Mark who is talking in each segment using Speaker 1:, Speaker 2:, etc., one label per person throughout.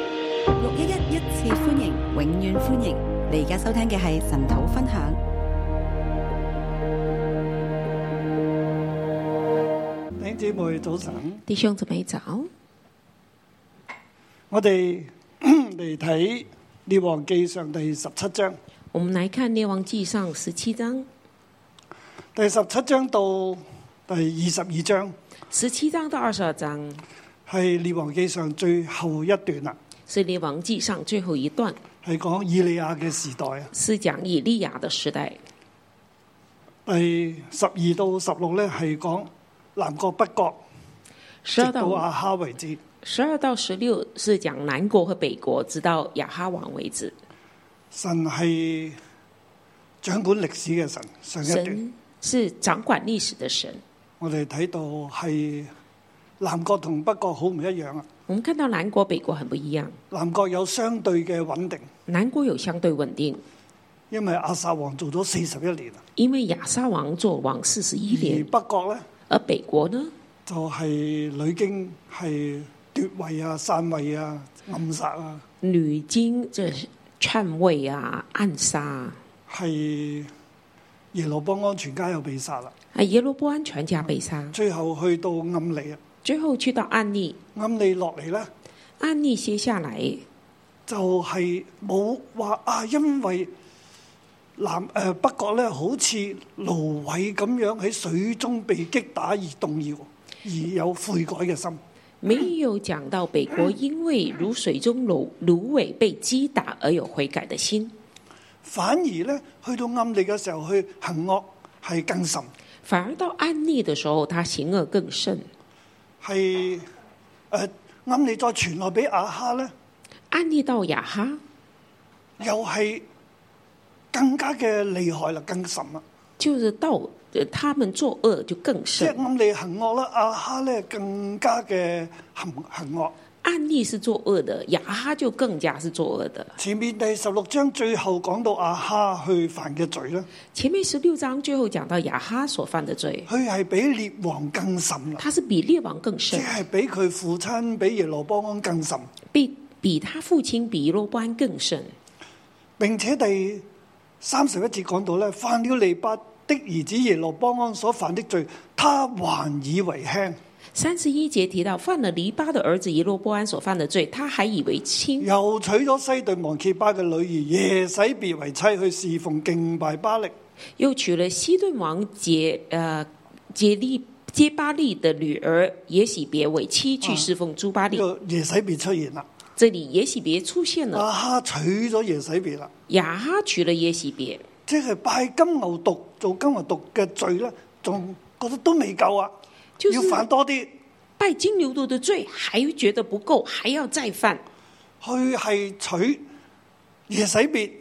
Speaker 1: 六一一一次歡迎，永遠歡迎！你而家收聽嘅係神土分享。
Speaker 2: 弟兄姊妹早晨，
Speaker 3: 弟兄姊妹早，
Speaker 2: 我哋 嚟睇《列王記》上第十七章。
Speaker 3: 我们来看《列王记上》十七章，
Speaker 2: 第十七章到第二十二章
Speaker 3: 十七章到二十二章
Speaker 2: 係《列王記》上最後一段啦，
Speaker 3: 是《列王记上》最后一段，
Speaker 2: 係講以利亞嘅時代啊。
Speaker 3: 是讲以利亚的时代。
Speaker 2: 第十二到十六呢，係講南國北國，
Speaker 3: 十
Speaker 2: 直
Speaker 3: 二
Speaker 2: 到
Speaker 3: 到
Speaker 2: 亞哈為止。
Speaker 3: 十二到十六是讲南国和北国，直到亚哈王为止。
Speaker 2: 神係掌管歷史嘅神。上一段
Speaker 3: 神是掌管历史的神。
Speaker 2: 我哋睇到係南國同北國好唔一樣啊。
Speaker 3: 我们看到南国北国很不一样，
Speaker 2: 南國有相對嘅穩定，
Speaker 3: 南国有相对稳定，
Speaker 2: 因為阿撒王做咗四十一年啊。
Speaker 3: 因为亚沙王做王四十一
Speaker 2: 而
Speaker 3: 年，
Speaker 2: 北國咧
Speaker 3: 而北国呢
Speaker 2: 就係、女經係奪位啊、散位啊、暗殺啊，
Speaker 3: 屡经这篡位啊、暗杀啊，
Speaker 2: 係耶羅波安全家又被殺啦。
Speaker 3: 啊耶罗波安全家被杀。
Speaker 2: 最後去到暗利啊，
Speaker 3: 最后去到案例，
Speaker 2: 暗利落嚟咧
Speaker 3: 案例歇下来，
Speaker 2: 就係冇話啊，因為南誒、呃北國咧好似蘆葦咁樣喺水中被擊打而動搖，而有悔改嘅心。
Speaker 3: 没有讲到北国因为如水中芦芦苇被击打而有悔改的心，
Speaker 2: 反而咧去到暗利嘅時候去行惡係更甚。
Speaker 3: 反而到案例的时候，他行恶更甚。
Speaker 2: 係誒啱你再傳落俾亞哈咧，
Speaker 3: 案例到雅哈
Speaker 2: 又係更加嘅厲害啦，更甚啊啦。
Speaker 3: 就是到呃他们作恶就更
Speaker 2: 即係
Speaker 3: 甚。
Speaker 2: 啱你行惡啦，亞哈咧更加嘅行行惡。
Speaker 3: 案例是作恶的，雅哈就更加是作恶的。
Speaker 2: 前面第十六章最後講到亞哈去犯嘅罪咧，
Speaker 3: 前面十六章最后讲到雅哈所犯的罪，
Speaker 2: 佢係比列王更甚啦，
Speaker 3: 他是比列王更
Speaker 2: 即
Speaker 3: 甚，
Speaker 2: 係比佢父親比耶羅波安更甚。
Speaker 3: 比比他父亲比耶罗波安更甚。
Speaker 2: 並且第三十一節講到咧，犯了利巴的兒子耶羅波安所犯的罪，他還以為輕。
Speaker 3: 三十一节提到，犯了黎巴的儿子耶罗波安所犯的罪，他还以为轻，
Speaker 2: 又娶咗西頓王揭巴嘅女兒耶洗別為妻去侍奉敬拜巴力。
Speaker 3: 又娶了西顿王杰呃杰利杰巴利的女儿耶喜别为妻去侍奉朱巴
Speaker 2: 呢、
Speaker 3: 利。
Speaker 2: 個耶洗別出現啦，
Speaker 3: 这里耶喜别出现了，
Speaker 2: 亞哈娶咗耶洗別啦，
Speaker 3: 雅哈娶了耶喜别，
Speaker 2: 即係拜金牛犢做金牛犢嘅罪咧，仲覺得都未夠啊，
Speaker 3: 就是
Speaker 2: 要犯多啲。
Speaker 3: 拜金牛犊的罪还觉得不够，还要再犯。
Speaker 2: 佢係娶耶洗別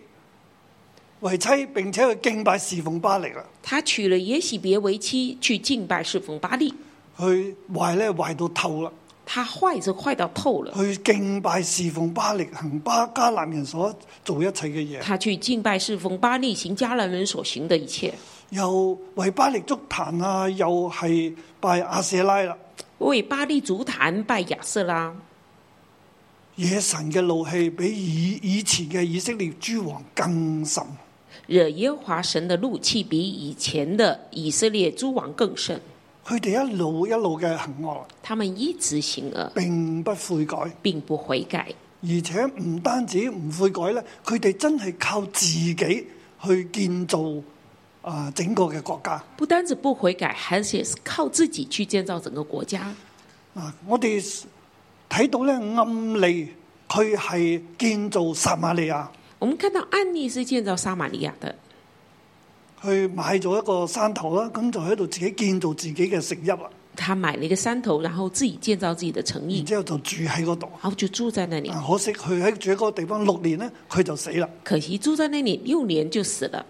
Speaker 2: 為妻，並且去敬拜侍奉巴力啦。
Speaker 3: 他娶了耶喜别为妻去敬拜侍奉巴利，
Speaker 2: 佢壞咧壞到透啦，
Speaker 3: 他坏着坏到透了。
Speaker 2: 去敬拜侍奉巴力，行巴迦南人所做一切嘅嘢。
Speaker 3: 他去敬拜侍奉巴利，行迦南人所行的一切。
Speaker 2: 又為巴力築壇啊，又係拜亞舍拉啦，
Speaker 3: 为巴利足坛拜亚瑟拉，
Speaker 2: 野神嘅怒氣比以以前嘅以色列諸王更甚。
Speaker 3: 惹耶和华神的怒气比以前的以色列诸王更甚。
Speaker 2: 佢哋一路一路嘅行惡，
Speaker 3: 他们一直行恶，
Speaker 2: 並不悔改，而
Speaker 3: 并不悔改，
Speaker 2: 且唔單止唔悔改咧，佢哋真係靠自己去建造啊、整個嘅國家啊、
Speaker 3: 不单是不悔改，而且是靠自己去建造整个国家。
Speaker 2: 啊我哋睇到咧暗利，佢係建造撒瑪利亞，
Speaker 3: 我们看到案例是建造撒玛利亚的，
Speaker 2: 去買咗一個山頭啦，咁就喺度自己建造自己嘅城邑啦。
Speaker 3: 他买了一个山头，然后自己建造自己的城
Speaker 2: 然
Speaker 3: 邑，
Speaker 2: 之後就住喺嗰度。啊
Speaker 3: 然后就住在那里。
Speaker 2: 但可惜佢喺住喺嗰個地方六年呢，佢就死啦，
Speaker 3: 可惜住在那里六年就死了，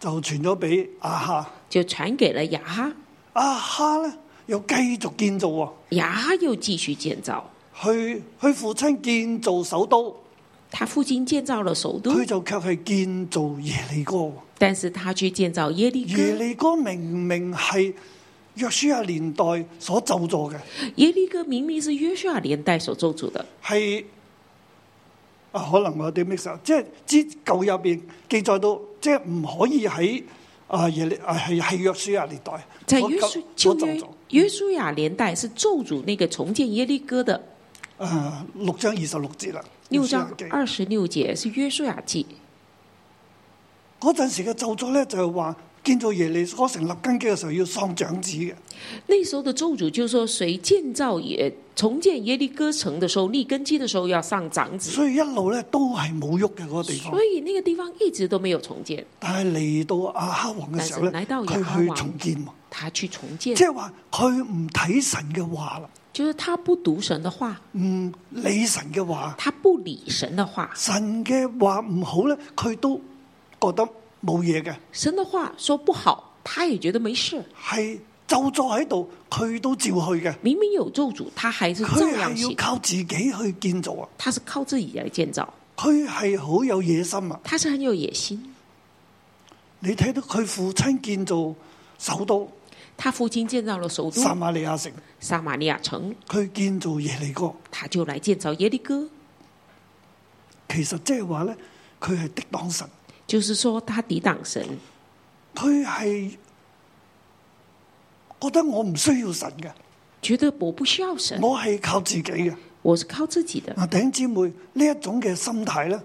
Speaker 2: 就傳咗俾阿哈。
Speaker 3: 就传给了雅哈，
Speaker 2: 阿哈呢，又繼續建造喎，
Speaker 3: 雅哈又继续建造。
Speaker 2: 佢佢父親建造首都，
Speaker 3: 他父亲建造了首都，
Speaker 2: 佢就卻係建造耶利哥喎。
Speaker 3: 但是他去建造耶利
Speaker 2: 耶
Speaker 3: 哥。
Speaker 2: 利哥明明係約書亞年代所咒助嘅，
Speaker 3: 耶利哥明明是约书亚年代所做主的，
Speaker 2: 係啊可能我哋 mix 啊，即係之舊入邊記載到，即係唔可以喺啊耶利啊係係約書亞年代
Speaker 3: 在
Speaker 2: 所
Speaker 3: 约
Speaker 2: 咒
Speaker 3: 书
Speaker 2: 所
Speaker 3: 旧
Speaker 2: 咒
Speaker 3: 约
Speaker 2: 助
Speaker 3: 约书亚年代是咒主那个重建耶利哥的
Speaker 2: 啊六章二十六節啦，
Speaker 3: 六
Speaker 2: 約書亞
Speaker 3: 章
Speaker 2: 記
Speaker 3: 二十六节是约书亚记。
Speaker 2: 嗰陣時嘅咒詛咧，就係話建造耶利哥城立根基嘅時候要喪長子嘅，
Speaker 3: 那时候的咒主就说，谁建造也重建耶利哥城的时候，立根基的时候要上长子，
Speaker 2: 所以一路咧都係冇喐嘅嗰個地方
Speaker 3: 所。以那个地方一直都没有重建。
Speaker 2: 但係嚟到阿哈王嘅時候咧，
Speaker 3: 但是嚟到亞
Speaker 2: 佢
Speaker 3: 哈
Speaker 2: 去
Speaker 3: 王
Speaker 2: 重建喎，
Speaker 3: 他去重
Speaker 2: 即
Speaker 3: 建，
Speaker 2: 係話佢唔睇神嘅話啦，
Speaker 3: 就是他不读神的话，
Speaker 2: 唔理神嘅話，
Speaker 3: 他不理神的话，
Speaker 2: 神嘅話唔好咧，佢都覺得冇嘢嘅，
Speaker 3: 神的话说不好，他也觉得没事。
Speaker 2: 係就坐喺度，佢都照去嘅。
Speaker 3: 明明有咒主，他还是照
Speaker 2: 佢
Speaker 3: 样
Speaker 2: 係要
Speaker 3: 行。
Speaker 2: 靠自己去建造啊，
Speaker 3: 他是靠自己来建造，
Speaker 2: 佢係好有野心啊！
Speaker 3: 他是很有野心。
Speaker 2: 你睇到佢父親建造首都
Speaker 3: 他父亲建造了首都
Speaker 2: 撒瑪利亞城，
Speaker 3: 撒玛利亚城，
Speaker 2: 佢建造耶利哥，
Speaker 3: 他就来建造耶利哥。
Speaker 2: 其實即係話咧，佢係敵擋神。
Speaker 3: 就是说，他抵挡神，
Speaker 2: 佢係覺得我唔需要神嘅，
Speaker 3: 觉得我不需要神，
Speaker 2: 我係靠自己嘅。
Speaker 3: 我是靠自己的。
Speaker 2: 嗱，弟兄姊妹呢一種嘅心態咧，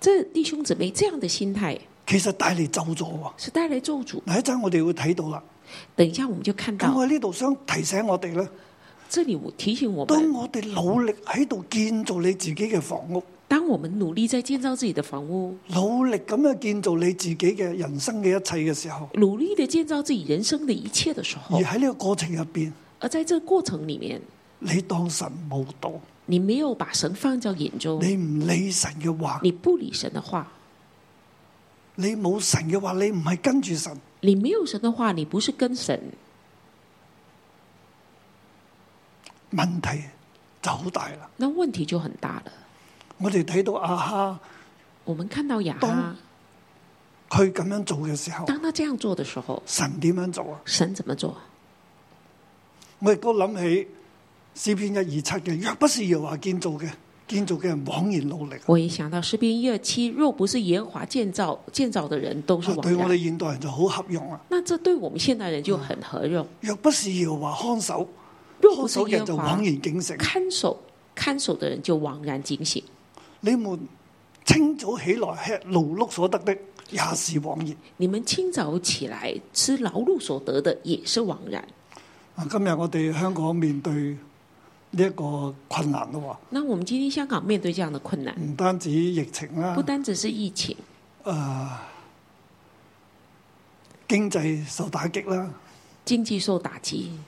Speaker 3: 这弟兄姊妹这样的心态
Speaker 2: 其實帶嚟咒詛喎。
Speaker 3: 是带来咒诅。
Speaker 2: 嗱，一陣我哋會睇到啦。
Speaker 3: 等一下我们就看
Speaker 2: 咁
Speaker 3: 到，
Speaker 2: 我喺呢度想提醒我哋咧，
Speaker 3: 这里我提醒我
Speaker 2: 當
Speaker 3: 们，
Speaker 2: 我哋努力喺度建造你自己嘅房屋，
Speaker 3: 当我们努力在建造自己的房屋，
Speaker 2: 努力咁樣建造你自己嘅人生嘅一切嘅時候，
Speaker 3: 努力的建造自己人生的一切的时
Speaker 2: 而
Speaker 3: 候，
Speaker 2: 喺呢個過程入邊，
Speaker 3: 而在这过程里面，
Speaker 2: 你當神冇到，
Speaker 3: 你没有把神放在眼中，
Speaker 2: 你唔理神嘅話，
Speaker 3: 你不理神的话，
Speaker 2: 你冇神嘅話，你唔係跟住神，
Speaker 3: 你没有神的话，你不是跟神，
Speaker 2: 問題就好大啦。
Speaker 3: 那问题就很大了。
Speaker 2: 我哋睇到阿哈
Speaker 3: 我们看到雅哈
Speaker 2: 当，佢咁樣做嘅時候，
Speaker 3: 当他这样做的时候，
Speaker 2: 神點樣做啊？
Speaker 3: 神怎么做？
Speaker 2: 我亦都諗起詩篇一二七嘅，若不是耶和華建造嘅，建造嘅人枉然努力。啊
Speaker 3: 我也想到诗篇一二七，若不是耶和华建造建造的人，都是
Speaker 2: 啊
Speaker 3: 枉
Speaker 2: 對我
Speaker 3: 然。
Speaker 2: 哋現代人就好合用啊！
Speaker 3: 那这對我們現代人就很合用。
Speaker 2: 若不是耶和華看守，
Speaker 3: 若
Speaker 2: 看
Speaker 3: 不是
Speaker 2: 守嘅
Speaker 3: 耶
Speaker 2: 人就
Speaker 3: 和
Speaker 2: 枉
Speaker 3: 華
Speaker 2: 然警醒。
Speaker 3: 看守看守的人，就枉然警醒。
Speaker 2: 你們清早起來吃勞碌所得的，也是枉然。
Speaker 3: 你們清早起來吃勞碌所得的，也是枉然。
Speaker 2: 啊，今日我哋香港面對呢一個困難啦喎，
Speaker 3: 那我們今天香港面對這樣的困難，
Speaker 2: 唔單止疫情啦
Speaker 3: 嗯不，單只是疫情，
Speaker 2: 經濟受打擊啦，
Speaker 3: 經濟受打擊，
Speaker 2: 嗯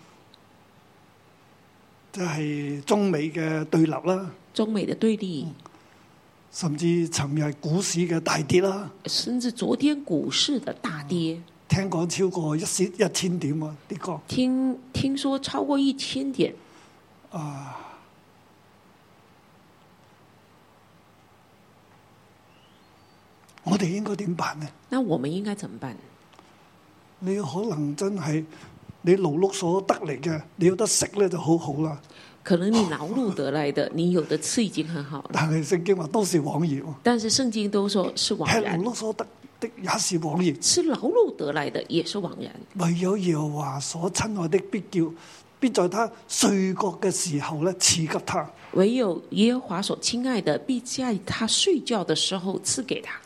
Speaker 2: 即係中美嘅對立啦。
Speaker 3: 中美的對
Speaker 2: 嗯
Speaker 3: 立，
Speaker 2: 甚至尋日股市嘅大跌啦，
Speaker 3: 甚至昨天股市的大跌，
Speaker 2: 聽講超過一千一千點啊，跌過。
Speaker 3: 聽聽說超過一千點。
Speaker 2: 我哋應該點辦呢？
Speaker 3: 那我們應該怎麼辦？
Speaker 2: 你可能真係你勞碌所得嚟嘅，你有得食咧就好好啦。
Speaker 3: 可能你勞碌得來的，你有的吃已經很好 了，
Speaker 2: 但係聖經話都是枉然喎，
Speaker 3: 但是聖經都說是枉
Speaker 2: 吃
Speaker 3: 然
Speaker 2: 勞。碌所得的也是枉然。
Speaker 3: 吃勞碌得來的也是枉然。
Speaker 2: 唯有耶和華所親愛的必叫，必在他睡覺嘅時候咧賜給他。
Speaker 3: 唯有耶和華所親愛的，必在他睡覺的時候賜給他。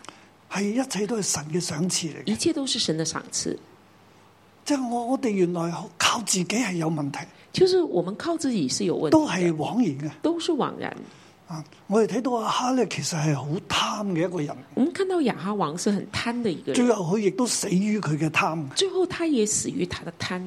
Speaker 2: 係一切都係神嘅賞賜嚟嘅
Speaker 3: 一。切都是神的賞賜。
Speaker 2: 即係我我哋原來靠自己係有問題，
Speaker 3: 就是我們靠自己是有問
Speaker 2: 都
Speaker 3: 題
Speaker 2: 係
Speaker 3: 的，
Speaker 2: 枉然嘅。
Speaker 3: 都是枉然。
Speaker 2: 啊！我哋睇到阿哈咧，其實係好貪嘅一個人，
Speaker 3: 我們看到亞哈王是很貪的一個
Speaker 2: 最
Speaker 3: 人，
Speaker 2: 後佢亦都死於佢嘅貪。
Speaker 3: 最後他也死於他的貪。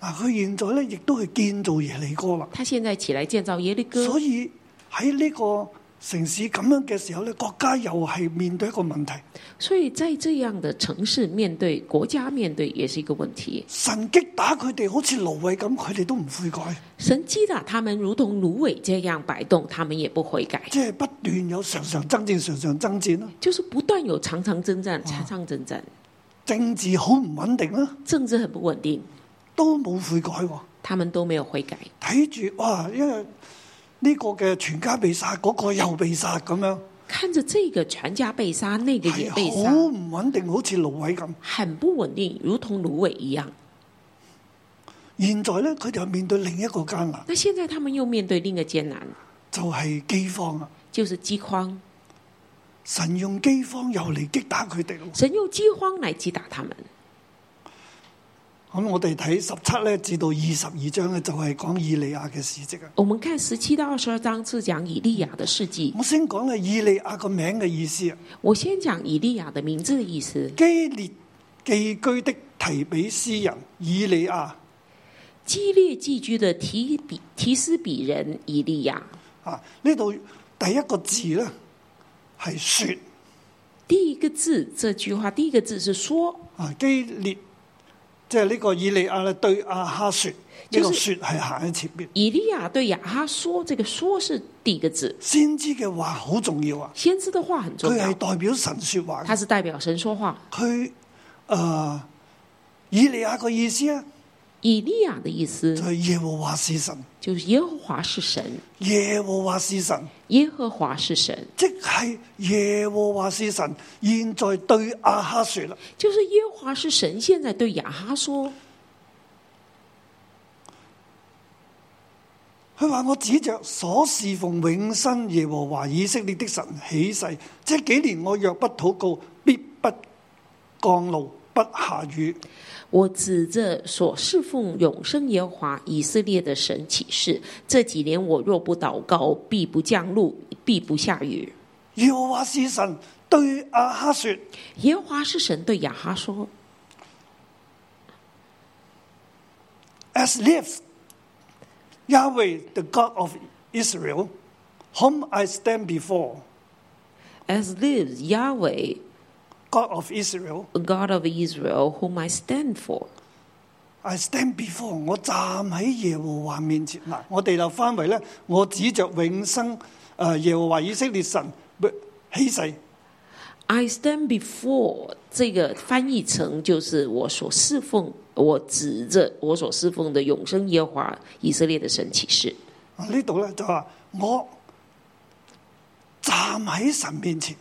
Speaker 2: 嗱，佢現在咧亦都去建造耶利哥啦，
Speaker 3: 他現在起來建造耶利
Speaker 2: 所
Speaker 3: 哥，
Speaker 2: 以喺呢個城市咁樣嘅時候咧，國家又係面對一個問題，
Speaker 3: 所以在這樣的城市面對國家面對也是一個問題。
Speaker 2: 神擊打佢哋好似蘆葦咁，佢哋都唔悔改，
Speaker 3: 神擊打他們如同蘆葦這樣擺動，他們也不悔改，
Speaker 2: 即係不斷有常常爭戰、常常爭戰啦，
Speaker 3: 就是不斷有常常征戰，常常征戰。
Speaker 2: 政治好唔穩定啦，
Speaker 3: 政治很不穩定，
Speaker 2: 都冇悔改喎。
Speaker 3: 他们都没有悔改，
Speaker 2: 睇住哇，因為呢個嘅全家被殺，嗰、個又被殺咁樣，
Speaker 3: 看着这个全家被杀，那个
Speaker 2: 係
Speaker 3: 也被
Speaker 2: 好
Speaker 3: 杀，
Speaker 2: 唔穩定，好似蘆葦咁。
Speaker 3: 很不稳定，如同芦苇一样。
Speaker 2: 現在咧，佢哋又面對另一個艱難，
Speaker 3: 那现在他们又面对另一个艰难，
Speaker 2: 就係、饑荒啊！
Speaker 3: 就是饥荒。
Speaker 2: 神用饑荒又嚟擊打佢哋咯。
Speaker 3: 神用饥荒来击打他们。
Speaker 2: 咁我哋睇十七咧至到二十二章咧，就係講以利亞嘅事蹟啊。
Speaker 3: 我们看十七到二十二章是讲以利亚的事迹。
Speaker 2: 我先講咧以利亞個名嘅意思啊，
Speaker 3: 我先讲以利亚的名字的意思。
Speaker 2: 基列寄居的提比斯人以利亞
Speaker 3: 激烈寄居的提比提斯比人以利亚，
Speaker 2: 啊，呢度第一個字咧係説
Speaker 3: 第一个字，这句话第一个字是说，
Speaker 2: 啊，基列即係呢個以利亞咧對亞哈説，呢、
Speaker 3: 就
Speaker 2: 個
Speaker 3: 是
Speaker 2: 説係行喺前邊。
Speaker 3: 以利亚对亚哈说，这个说是第一个字。
Speaker 2: 先知嘅話好重要啊，
Speaker 3: 先知的话很重
Speaker 2: 佢係
Speaker 3: 要，
Speaker 2: 代表神説話嘅。
Speaker 3: 他是代表神说话。
Speaker 2: 佢誒、呃以利亞個意思啊咧
Speaker 3: 以利亚的意思
Speaker 2: 就係耶和華是神，
Speaker 3: 就是耶和华是神，
Speaker 2: 耶和華是神。
Speaker 3: 耶和华是神，
Speaker 2: 即係耶和華是神，現在對亞哈说啦，
Speaker 3: 就是耶和华是神。现在对亚哈说，
Speaker 2: 佢話我指着所侍奉永生耶和華以色列的神起誓，這幾年我若不禱告，必不降露，不下雨。
Speaker 3: 我指着所侍奉永生耶和华以色列的神起誓：这几年我若不祷告，必不降露，必不下雨。
Speaker 2: 耶和華是神，對亞哈说，
Speaker 3: 耶和华是神对亚哈说
Speaker 2: As lives Yahweh, the God of Israel, whom I stand before,
Speaker 3: ：As lives Yahweh,
Speaker 2: God of Israel,
Speaker 3: God of Israel, whom I stand for。
Speaker 2: I stand before，我站喺耶和華面前嗱，我哋就翻為咧，我指着永生誒、呃耶和華以色列神起誓，
Speaker 3: I stand before 这个翻译成就是我所侍奉，我指着我所侍奉的永生耶和华以色列的神起誓。
Speaker 2: 啊呢度咧就話我站喺神面前，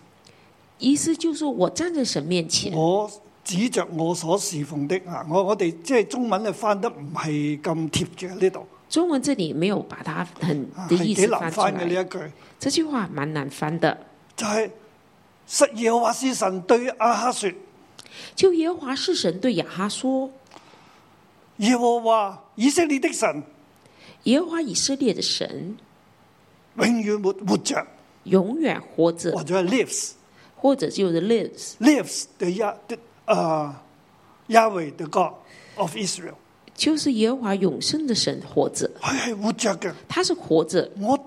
Speaker 3: 意思就是我站在神面前，
Speaker 2: 我指着我所侍奉的啊，我我哋即係中文咧翻得唔係咁貼嘅呢度，
Speaker 3: 中文這裡沒有把它很
Speaker 2: 啊
Speaker 3: 的
Speaker 2: 係
Speaker 3: 意
Speaker 2: 幾
Speaker 3: 思
Speaker 2: 難
Speaker 3: 翻出
Speaker 2: 翻嘅呢
Speaker 3: 來，
Speaker 2: 一句，
Speaker 3: 这句話蠻難翻的。
Speaker 2: 就係、實耶和華是神對阿哈説。
Speaker 3: 就耶和華是神對亞哈說
Speaker 2: 耶和華以色列的神
Speaker 3: 耶和華以色列的神
Speaker 2: 永遠活活着，
Speaker 3: 永遠活
Speaker 2: 或
Speaker 3: 着，
Speaker 2: 者係 lives。
Speaker 3: 或者就是 lives，
Speaker 2: lives the Yah the, uh, Yahweh the God of Israel，
Speaker 3: 就是耶和華永生的神活着，
Speaker 2: 佢係活着嘅。
Speaker 3: 他是活着，
Speaker 2: 我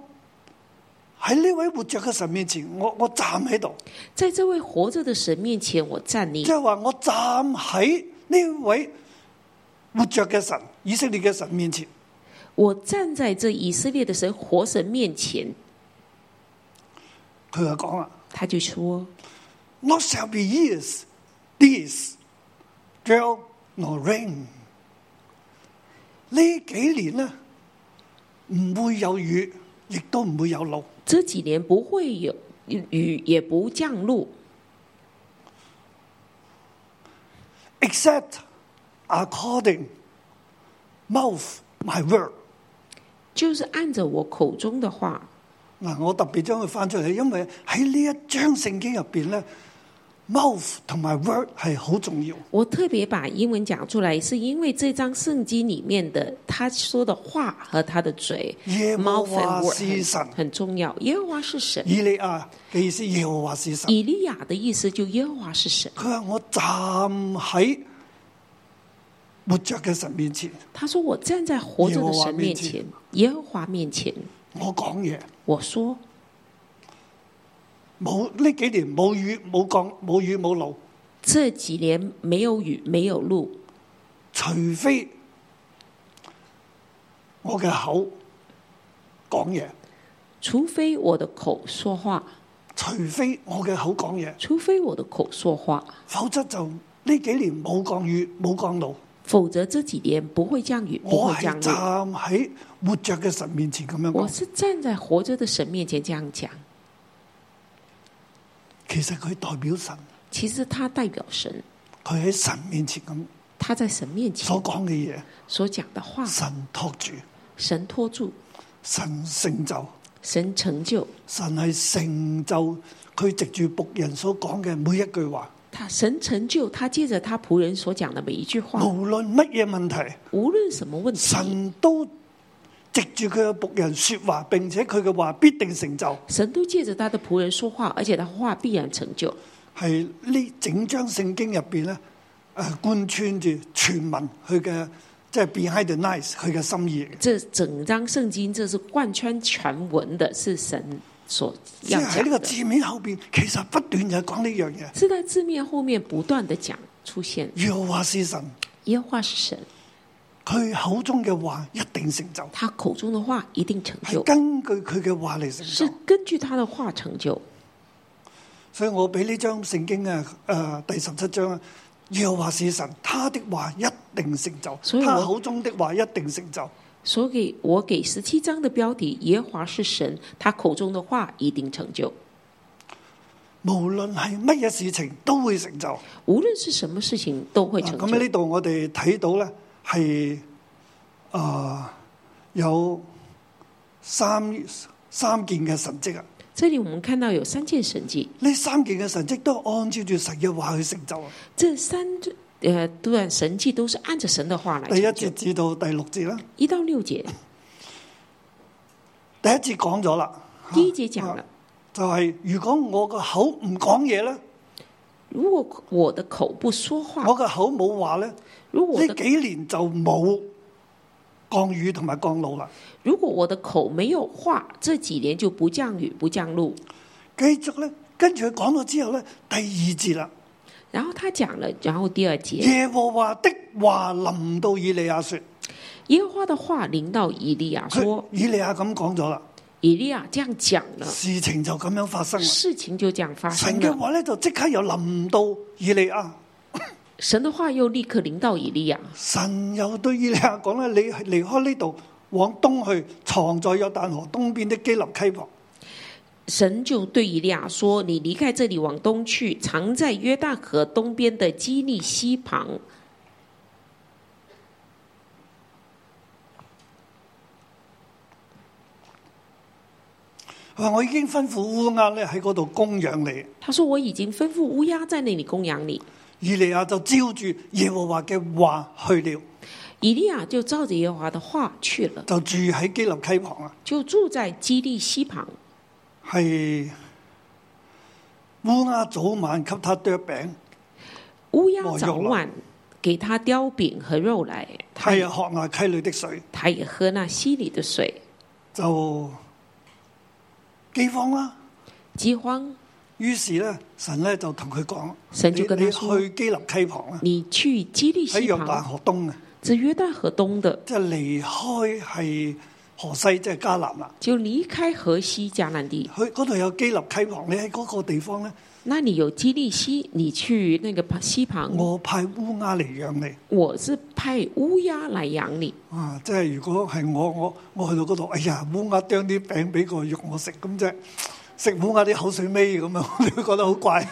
Speaker 2: 喺呢位活着嘅神面前，我我站喺度，
Speaker 3: 在這位活着的神面前，我站立
Speaker 2: 即。係話我站喺呢位活着嘅神以色列嘅神面前。
Speaker 3: 我站在这以色列的神活神面前，
Speaker 2: 佢就講啦
Speaker 3: 他就说
Speaker 2: ：Not shall be years, this drought nor rain。呢幾年呢，唔會有雨，亦都唔會有露。：“
Speaker 3: 这几年不会有雨，也不降露，
Speaker 2: except according mouth my word。
Speaker 3: 就是按着我口中的话。
Speaker 2: 嗱，我特別將佢翻出嚟，因為喺呢一章聖經入邊咧，mouth 同埋 word 係好重要。”
Speaker 3: 我特别把英文讲出来，是因为这张圣经里面的他说的话和他的嘴
Speaker 2: 耶和
Speaker 3: ，mouth
Speaker 2: 华
Speaker 3: and
Speaker 2: 是神
Speaker 3: word 很很重要。耶和华是神，
Speaker 2: 以利亞嘅意思，耶和華是神。
Speaker 3: 以利亚的意思就耶和华是神。
Speaker 2: 佢話：我站喺活着嘅神面前，
Speaker 3: 他说：“我站在活着的神面
Speaker 2: 耶
Speaker 3: 前，耶和华面前，
Speaker 2: 我講嘢
Speaker 3: 我說
Speaker 2: 冇呢幾年冇雨冇降冇雨冇露，
Speaker 3: 这几年没有雨，没有露。”
Speaker 2: 除非我嘅口講嘢。
Speaker 3: 除非我的口说话，
Speaker 2: 除非我嘅口講嘢，
Speaker 3: 除非我的口说话，
Speaker 2: 否則就呢幾年冇降雨冇降露，
Speaker 3: 否则这几年不会降雨，不
Speaker 2: 我
Speaker 3: 会
Speaker 2: 係
Speaker 3: 降雨。
Speaker 2: 站喺活着嘅神面前咁樣
Speaker 3: 我
Speaker 2: 講，
Speaker 3: 是站在活着的神面前这样讲，
Speaker 2: 其實佢代表神，
Speaker 3: 其实他代表神，
Speaker 2: 佢喺神面前咁
Speaker 3: 他在神面前
Speaker 2: 所講嘅
Speaker 3: 所讲的话
Speaker 2: 嘢，，神托住，
Speaker 3: 神托住，
Speaker 2: 神成就，
Speaker 3: 神成就，
Speaker 2: 神係成就佢藉住仆人所講嘅每一句話，
Speaker 3: 他神成就，他借着他仆人所讲的每一句话，
Speaker 2: 無論乜嘢問題，
Speaker 3: 无论什么问题，
Speaker 2: 神都藉住佢嘅仆人說話，並且佢嘅話必定成就，
Speaker 3: 神都借着他的仆人说话，而且他话必然成就。
Speaker 2: 係呢整章聖經入邊咧，誒、貫穿住全文佢嘅即係 behind the nice 佢嘅心意嚟嘅。
Speaker 3: 这整张圣经，这是贯穿全文的，是神所
Speaker 2: 即
Speaker 3: 要
Speaker 2: 係喺
Speaker 3: 讲
Speaker 2: 呢個
Speaker 3: 的。
Speaker 2: 啊字面後边，其實不斷就係講呢樣嘢。
Speaker 3: 是在字面后面不断的讲出现，
Speaker 2: 耶和華是神，
Speaker 3: 耶和华是神，
Speaker 2: 佢口中嘅話一定成就，
Speaker 3: 他口中的话一定成
Speaker 2: 係
Speaker 3: 就，
Speaker 2: 根據佢嘅話嚟成
Speaker 3: 是
Speaker 2: 就。
Speaker 3: 根据他的话成就。
Speaker 2: 所以我俾呢張聖經啊，诶、第十七章啊，耶和華是神，他的話一定成就，
Speaker 3: 所以
Speaker 2: 他
Speaker 3: 我
Speaker 2: 口中的話一定成就。
Speaker 3: 所以我给十七章的标题：耶和华是神，他口中的话一定成就。
Speaker 2: 無論係乜嘢事情都會成就。
Speaker 3: 无论是什么事情都会成
Speaker 2: 啊嗱咁喺呢
Speaker 3: 就。
Speaker 2: 度我哋睇到咧係啊有三三件嘅神蹟啊。
Speaker 3: 这里我们看到有三件神迹，
Speaker 2: 呢三件嘅神迹都係按照住神嘅話去成就啊。
Speaker 3: 这三呃段神迹都是按着神的话来
Speaker 2: 第一啊
Speaker 3: 成
Speaker 2: 節
Speaker 3: 就。
Speaker 2: 至到第六節啦，
Speaker 3: 一到六节，
Speaker 2: 第一節講咗啦，
Speaker 3: 第一节讲
Speaker 2: 啊
Speaker 3: 了。
Speaker 2: 就係如果我個口唔講嘢咧，
Speaker 3: 如果我的口不说话，
Speaker 2: 我個口冇話咧，
Speaker 3: 如啊果我
Speaker 2: 呢
Speaker 3: 的
Speaker 2: 幾年就冇降雨同埋降露啦。
Speaker 3: 如果我的口没有话，这几年就不降雨不降露。
Speaker 2: 繼續咧，跟住佢講咗之後咧，第二節啦，
Speaker 3: 然后他讲了，然后第二节，
Speaker 2: 耶和華的話臨到以利亞說，
Speaker 3: 耶和华的话临到以利亚
Speaker 2: 佢
Speaker 3: 说，啊
Speaker 2: 以利亞咁講咗啦，
Speaker 3: 以利亚这样讲了，
Speaker 2: 事情就咁樣發生啦。
Speaker 3: 事情就这样发生
Speaker 2: 神嘅
Speaker 3: 了。
Speaker 2: 話咧就即刻又臨到以利亞。
Speaker 3: 神的话又立刻临到以利亚，
Speaker 2: 神又對以利亞講咧：你離開呢度，往東去，藏在約旦河東邊的基立溪旁。
Speaker 3: 神就对以利亚说：“你离开这里，往东去，藏在约旦河东边的基利西旁。
Speaker 2: 佢話：我已經吩咐烏鴉咧喺嗰度供養你。”
Speaker 3: 他说：“我已经吩咐乌鸦在那里供养你。
Speaker 2: 以利亞就照住耶和華嘅話去了，”
Speaker 3: 以利亚就照着耶和华的话去了，
Speaker 2: 就住喺基立溪旁啊。
Speaker 3: 就住在基利西旁。
Speaker 2: 係烏鴉早晚給他啄餅，
Speaker 3: 乌鸦早晚给他叼饼和肉来，他
Speaker 2: 他也
Speaker 3: 也
Speaker 2: 喝那溪裏的水，
Speaker 3: 他也喝那溪里的水。
Speaker 2: 就饑荒啦。
Speaker 3: 饥荒，
Speaker 2: 於是咧，神咧就同佢講：
Speaker 3: 神
Speaker 2: 你
Speaker 3: 就跟
Speaker 2: 你
Speaker 3: 他說
Speaker 2: 去基立溪旁啦，
Speaker 3: 你去基利
Speaker 2: 喺
Speaker 3: 西
Speaker 2: 約旦
Speaker 3: 旁，
Speaker 2: 河東啊。
Speaker 3: 这约旦河东的，
Speaker 2: 即係離開係河西，即係迦南啦。
Speaker 3: 就离开河西迦南地。
Speaker 2: 佢嗰度有基立溪旁，你喺嗰個地方咧，
Speaker 3: 那里有基利西，你去那个旁西旁，
Speaker 2: 我派烏鴉嚟養你。
Speaker 3: 我是派乌鸦来养你。
Speaker 2: 啊！即係如果係我，我我去到嗰度，哎呀，烏鴉啄啲餅俾個肉我食，咁即係食烏鴉啲口水尾咁樣， 你會覺得好怪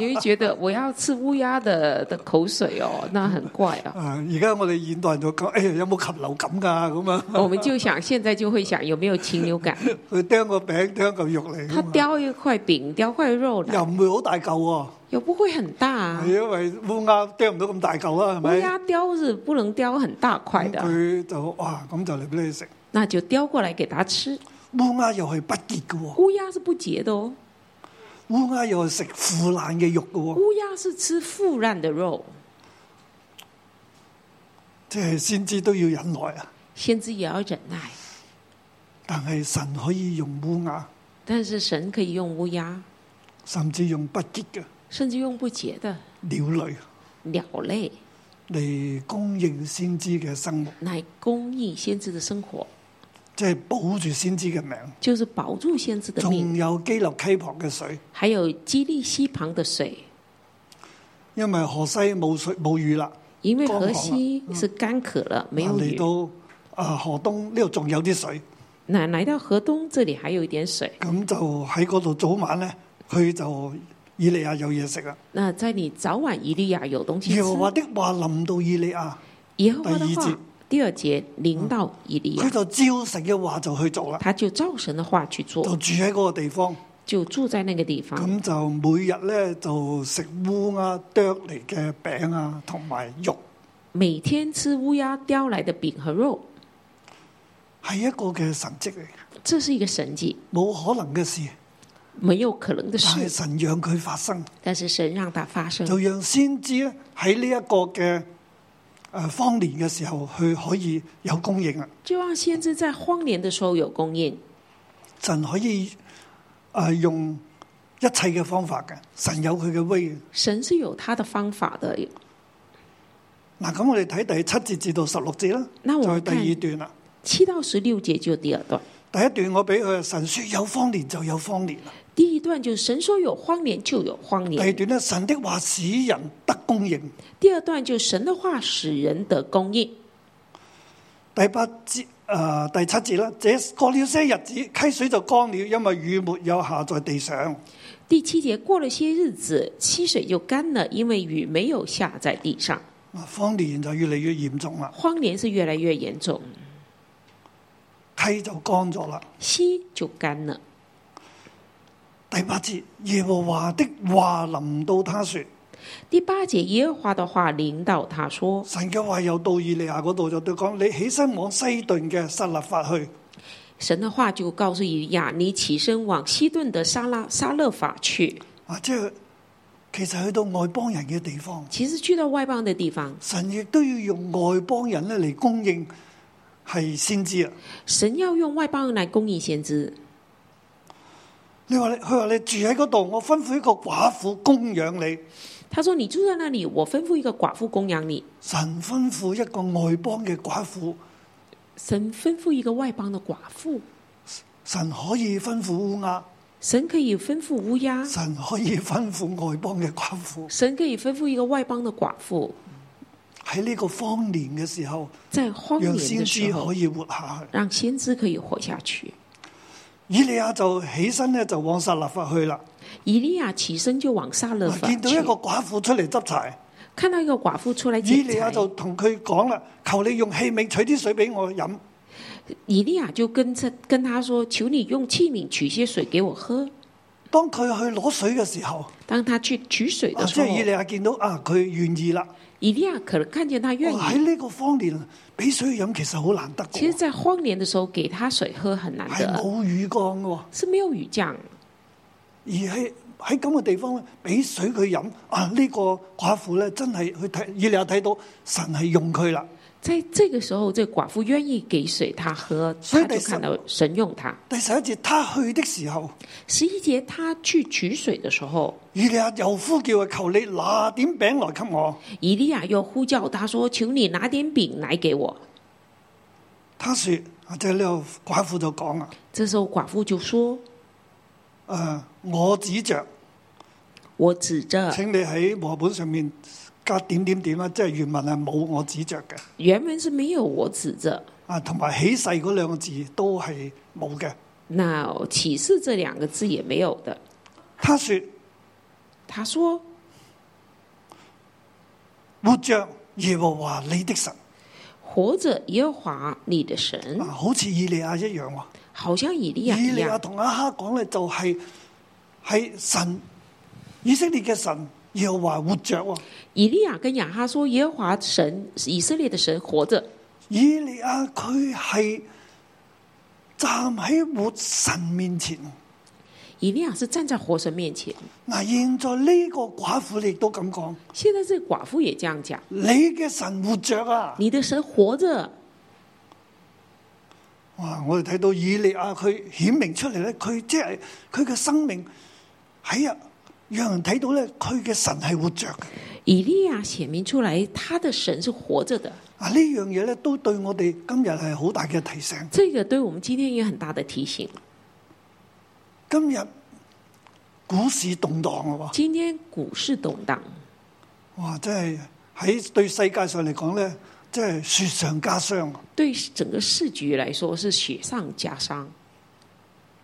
Speaker 3: 你会觉得我要吃乌鸦的的口水哦，那很怪 啊。
Speaker 2: 啊！而家我哋現代人就講，哎呀，有冇禽流感㗎咁啊？
Speaker 3: 我们就想现在就会想有没有禽流感？
Speaker 2: 佢啄個餅，啄嚿肉嚟
Speaker 3: 他
Speaker 2: 㗎嘛，
Speaker 3: 叼一块餅，叼块肉来
Speaker 2: 又，唔會好大嚿喎，
Speaker 3: 又不会很大啊
Speaker 2: 係。因為烏鴉啄唔到咁大嚿啦，係
Speaker 3: 乌
Speaker 2: 咪？
Speaker 3: 鸦叼是不能叼很大块
Speaker 2: 咁
Speaker 3: 的，
Speaker 2: 佢就哇，咁就嚟俾你食。
Speaker 3: 那就叼过来给它吃。
Speaker 2: 烏鴉又係不潔嘅喎，
Speaker 3: 乌鸦是不洁的哦，
Speaker 2: 烏鴉又係食腐爛嘅肉嘅喎，
Speaker 3: 乌鸦是吃腐烂的肉。
Speaker 2: 即係先知都要忍耐啊！
Speaker 3: 先知也要忍耐，
Speaker 2: 但係神可以用烏鴉，
Speaker 3: 但是神可以用乌鸦，
Speaker 2: 甚至用不潔嘅
Speaker 3: 甚至用不洁的
Speaker 2: 鳥類
Speaker 3: 鸟类
Speaker 2: 嚟供應先知嘅生活，
Speaker 3: 来供应先知的生活，
Speaker 2: 即係保住先知嘅命。
Speaker 3: 就是保住先知的命。
Speaker 2: 仲有基立溪旁嘅水，
Speaker 3: 还有基利西旁的水，
Speaker 2: 因為河西冇水冇雨啦，
Speaker 3: 因为河西
Speaker 2: 嗯
Speaker 3: 是干渴了，没有
Speaker 2: 嚟
Speaker 3: 雨。
Speaker 2: 到啊河東呢度仲有啲水，
Speaker 3: 那来到河东这里还有一点水，
Speaker 2: 咁就喺嗰度早晚咧，佢就以利亞有嘢食啦。啊
Speaker 3: 那在你早晚一定要有东西吃
Speaker 2: 耶。和華的話臨到以利亞，
Speaker 3: 耶和华的
Speaker 2: 第一节
Speaker 3: 话，第二节临到以利
Speaker 2: 佢
Speaker 3: 亚，
Speaker 2: 就照神嘅話就去做啦，
Speaker 3: 他就照神的话去
Speaker 2: 就
Speaker 3: 做，
Speaker 2: 住喺嗰個地方。
Speaker 3: 就住在那个地方，
Speaker 2: 咁就每日咧就食烏鴉啄嚟嘅餅啊，同埋肉，
Speaker 3: 每天吃乌鸦叼来的饼和肉，
Speaker 2: 係一個嘅神蹟嚟，
Speaker 3: 这是一个神迹，
Speaker 2: 冇可能嘅事，
Speaker 3: 没有可能的
Speaker 2: 但係
Speaker 3: 事，
Speaker 2: 神讓佢發生，
Speaker 3: 但是神让它发生，
Speaker 2: 就讓先知咧喺呢一個嘅诶荒年嘅時候，佢可以有供應啊，
Speaker 3: 就让先知在荒年的时候有供应。
Speaker 2: 神可以诶、呃用一切嘅方法嘅，神有佢嘅威嘅。
Speaker 3: 神是有他的方法的。
Speaker 2: 嗱，咁我哋睇第七節至到十六節啦，
Speaker 3: 那我
Speaker 2: 再
Speaker 3: 們
Speaker 2: 第二段啦。
Speaker 3: 七到十六节就第二段，
Speaker 2: 第一段我俾佢神说有荒年就有荒年啦。
Speaker 3: 第一段就是神说有荒年就有荒
Speaker 2: 第二
Speaker 3: 年，
Speaker 2: 段咧，神的話使人得供應。
Speaker 3: 第二段就是神的话使人得供应。
Speaker 2: 第八節诶、呃第七節啦，這過了些日子，溪水就乾了，因為雨沒有下在地上。
Speaker 3: 第七节过了些日子，溪水就干了，因为雨没有下在地上。
Speaker 2: 啊荒年就越嚟越嚴重啦，
Speaker 3: 荒年是越来越严重，
Speaker 2: 溪就乾咗啦。
Speaker 3: 溪就干了。
Speaker 2: 第八節，耶和華的話臨到他說，
Speaker 3: 第八节耶和华的话领导他说，
Speaker 2: 神嘅話又到以利亞嗰度，就對講：你起身往西頓嘅撒勒法去。
Speaker 3: 神的话就告诉以利亚，你起身往西顿的沙拉沙勒法去。
Speaker 2: 啊，即係其實去到外邦人嘅地方，
Speaker 3: 其实去到外邦的地方，
Speaker 2: 神亦都要用外邦人咧嚟供應係先知啊。
Speaker 3: 神要用外邦人来供应先知。
Speaker 2: 你話你，佢話你住喺嗰度，我吩咐一個寡婦供養你。
Speaker 3: 他说：“你住在那里，我吩咐一个寡妇供养你。
Speaker 2: 神吩咐一個外邦嘅寡婦，”
Speaker 3: 神吩咐一个外邦的寡妇，
Speaker 2: 神可以吩咐烏鴉，
Speaker 3: 神可以吩咐乌鸦，
Speaker 2: 神可以吩咐外邦嘅寡婦。
Speaker 3: 神可以吩咐一个外邦的寡妇，
Speaker 2: 喺呢個荒年嘅時候，
Speaker 3: 在荒年
Speaker 2: 讓
Speaker 3: 的
Speaker 2: 先
Speaker 3: 时
Speaker 2: 知
Speaker 3: 候
Speaker 2: 可，以活下去。
Speaker 3: 让先知可以活下去。
Speaker 2: 以利亞就起身咧，就往撒勒法去啦。
Speaker 3: 以利亚起身就往撒勒
Speaker 2: 嗱
Speaker 3: 法
Speaker 2: 見到一
Speaker 3: 去
Speaker 2: 個，寡婦出嚟執柴。
Speaker 3: 看到一个寡妇出来
Speaker 2: 以
Speaker 3: 捡
Speaker 2: 利亞
Speaker 3: 柴，
Speaker 2: 就同佢講啦：，求你用器皿取啲水俾我飲。
Speaker 3: 以利亚就跟着跟他说：“求你用器皿取些水给我喝。
Speaker 2: 當佢去攞水嘅時候，”
Speaker 3: 当他去取水
Speaker 2: 啊
Speaker 3: 的
Speaker 2: 即
Speaker 3: 时候
Speaker 2: 係，以利亞見到啊，佢願意啦。
Speaker 3: 以利亚可能看见他愿
Speaker 2: 哇
Speaker 3: 意。
Speaker 2: 喺呢個荒年俾水飲其實好難得
Speaker 3: 其实，
Speaker 2: 嘅，
Speaker 3: 在荒年的时候，给他水喝很难
Speaker 2: 係
Speaker 3: 得，
Speaker 2: 冇雨降嘅喎，
Speaker 3: 是没有雨降。
Speaker 2: 而喺喺咁嘅地方咧，俾水佢飲啊！呢、個寡婦咧真係去睇以利亞睇到神係用佢啦。
Speaker 3: 在这个时候，这寡妇愿意给水他喝，
Speaker 2: 所以
Speaker 3: 他就
Speaker 2: 得
Speaker 3: 看到神用他。
Speaker 2: 第十一節，他去的時候，
Speaker 3: 十一节，他去取水的时候，
Speaker 2: 以利亞又呼叫佢：求你拿點餅來給我。
Speaker 3: 以利亚又呼叫他说：“求你拿点饼来给我。
Speaker 2: 他說：啊即係呢個寡婦就講啊。”
Speaker 3: 这时候，寡妇就说
Speaker 2: 誒、我指着：“
Speaker 3: 我指着
Speaker 2: 請你喺和合本上面加點點點啦，啊即係原文係冇我指着嘅，
Speaker 3: 原文是没有我指着，
Speaker 2: 啊，同埋起誓嗰兩個字都係冇嘅。
Speaker 3: 那启示这两个字也没有的。”
Speaker 2: 他說：
Speaker 3: 他说
Speaker 2: 活着耶和華你的神，：“
Speaker 3: 活着耶和华你的
Speaker 2: 啊，
Speaker 3: 神，
Speaker 2: 好似以利亞一樣喎。
Speaker 3: 好像以利亚
Speaker 2: 以
Speaker 3: 一
Speaker 2: 利亞
Speaker 3: 样。
Speaker 2: 同阿哈講咧，就係、係神以色列嘅神耶和華活着喎。”
Speaker 3: 以利亚跟亚哈说：“耶和华神，以色列的神活着。”
Speaker 2: 以利亞佢係站喺活神面前。
Speaker 3: 以利亚是站在活神面前。
Speaker 2: 嗱，現在呢個寡婦你亦都咁講。
Speaker 3: 现在这寡妇也这样讲：
Speaker 2: 你嘅神活着啊！
Speaker 3: 你的神活着。
Speaker 2: 哇！我哋睇到以利亞佢顯明出嚟咧，佢即係佢嘅生命喺啊，讓人睇到咧，佢嘅神係活着嘅。
Speaker 3: 以利亚显明出来，他的神是活着的。
Speaker 2: 啊，呢樣嘢咧都對我哋今日係好大嘅提醒。
Speaker 3: 这个对我们今天也很大的提醒。
Speaker 2: 今日股市動盪啊，
Speaker 3: 今天股市动荡，
Speaker 2: 哇！真係喺對世界上嚟講咧，即係雪上加霜。啊
Speaker 3: 对整个市局来说是雪上加霜。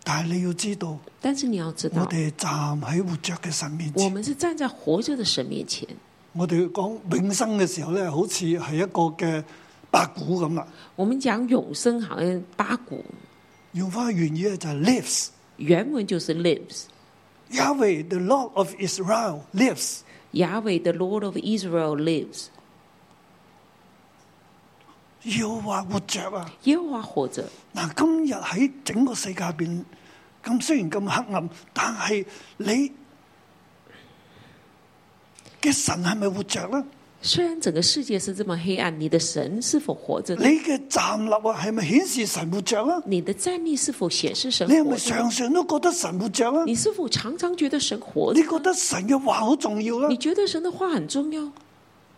Speaker 2: 但係你要知道，
Speaker 3: 但是你要知道
Speaker 2: 我，哋站喺活着嘅神面
Speaker 3: 我
Speaker 2: 前，
Speaker 3: 们是站在活着的神面前。
Speaker 2: 我哋講永生嘅時候咧，好似係一個嘅白骨咁啦。
Speaker 3: 我们讲永生，好像八股
Speaker 2: 用翻原語咧就係 lives。
Speaker 3: 原文就是 lives。
Speaker 2: Yahweh the Lord of Israel lives。
Speaker 3: 雅伟的 Lord of Israel lives，
Speaker 2: 要話活着啊！
Speaker 3: 耶和华活着。
Speaker 2: 嗱，今日喺整個世界入邊，咁雖然咁黑暗，但係你嘅神係咪活着咧？
Speaker 3: 虽然整个世界是这么黑暗，你的神是否活着呢？
Speaker 2: 你嘅站立啊，係咪顯示神活着咧？
Speaker 3: 你的站立是否显示神
Speaker 2: 你係
Speaker 3: 活
Speaker 2: 咪
Speaker 3: 着？
Speaker 2: 常常都覺得神活着啊咧？
Speaker 3: 你是否常常觉得神活着
Speaker 2: 你？覺得神嘅話好重要
Speaker 3: 你
Speaker 2: 咧？
Speaker 3: 觉得神的话很重要？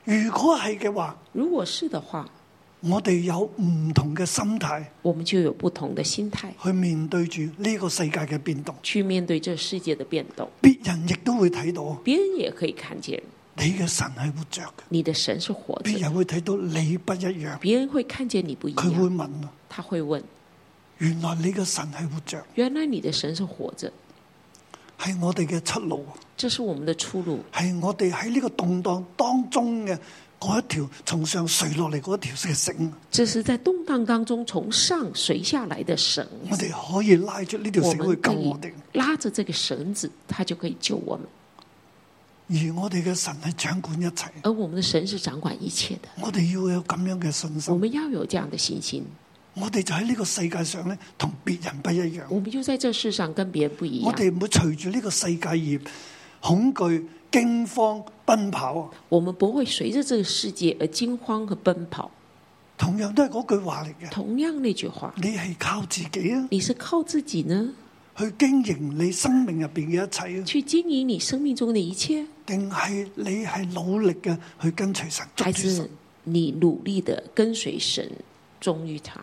Speaker 2: 如果係嘅話，
Speaker 3: 如果是的话，
Speaker 2: 我哋有唔同嘅心態
Speaker 3: 我们就有不同的心态
Speaker 2: 去面對住呢個世界嘅變動，
Speaker 3: 去面对这世界的变动。
Speaker 2: 別人亦都會睇到
Speaker 3: 别人也可以看见
Speaker 2: 你嘅神係活着嘅，
Speaker 3: 你的神是活
Speaker 2: 別
Speaker 3: 着，
Speaker 2: 人會睇到你不一樣，
Speaker 3: 别人会看见你不一
Speaker 2: 佢會
Speaker 3: 样。
Speaker 2: 問啊。
Speaker 3: 他会问：
Speaker 2: 原來你嘅神係活着，
Speaker 3: 原来你的神是活着，
Speaker 2: 係我哋嘅出路，
Speaker 3: 这是我们的出路，
Speaker 2: 係我哋喺呢個動盪當中嘅嗰一條從上垂落嚟嗰一條嘅繩，
Speaker 3: 这是在动荡当中从上垂下来的绳。
Speaker 2: 我哋可以拉住呢條
Speaker 3: 我
Speaker 2: 繩
Speaker 3: 们
Speaker 2: 去救
Speaker 3: 可以
Speaker 2: 我哋。
Speaker 3: 拉着这个绳子，他就可以救我们。
Speaker 2: 而我哋嘅神係掌管一切，
Speaker 3: 而我们的神是掌管一切的，
Speaker 2: 我哋要有咁樣嘅信
Speaker 3: 我
Speaker 2: 心。
Speaker 3: 们要有这样的信心。
Speaker 2: 我哋就喺呢個世界上咧，同別人不一樣。
Speaker 3: 我们就在这世上跟别人不一
Speaker 2: 我
Speaker 3: 样，
Speaker 2: 哋唔會隨住呢個世界而恐懼、驚慌奔跑。啊
Speaker 3: 我们不会随着这个世界而惊慌和奔跑。
Speaker 2: 同樣都係嗰句話嚟嘅，
Speaker 3: 同样那句话，
Speaker 2: 你係靠自己啊，
Speaker 3: 你是靠自己呢，
Speaker 2: 去經營你生命入邊嘅一切啊。
Speaker 3: 去经营你生命中的一切，
Speaker 2: 定係你係努力嘅去跟隨神、捉
Speaker 3: 还
Speaker 2: 住
Speaker 3: 是
Speaker 2: 神？
Speaker 3: 你努力的跟随神，忠于他？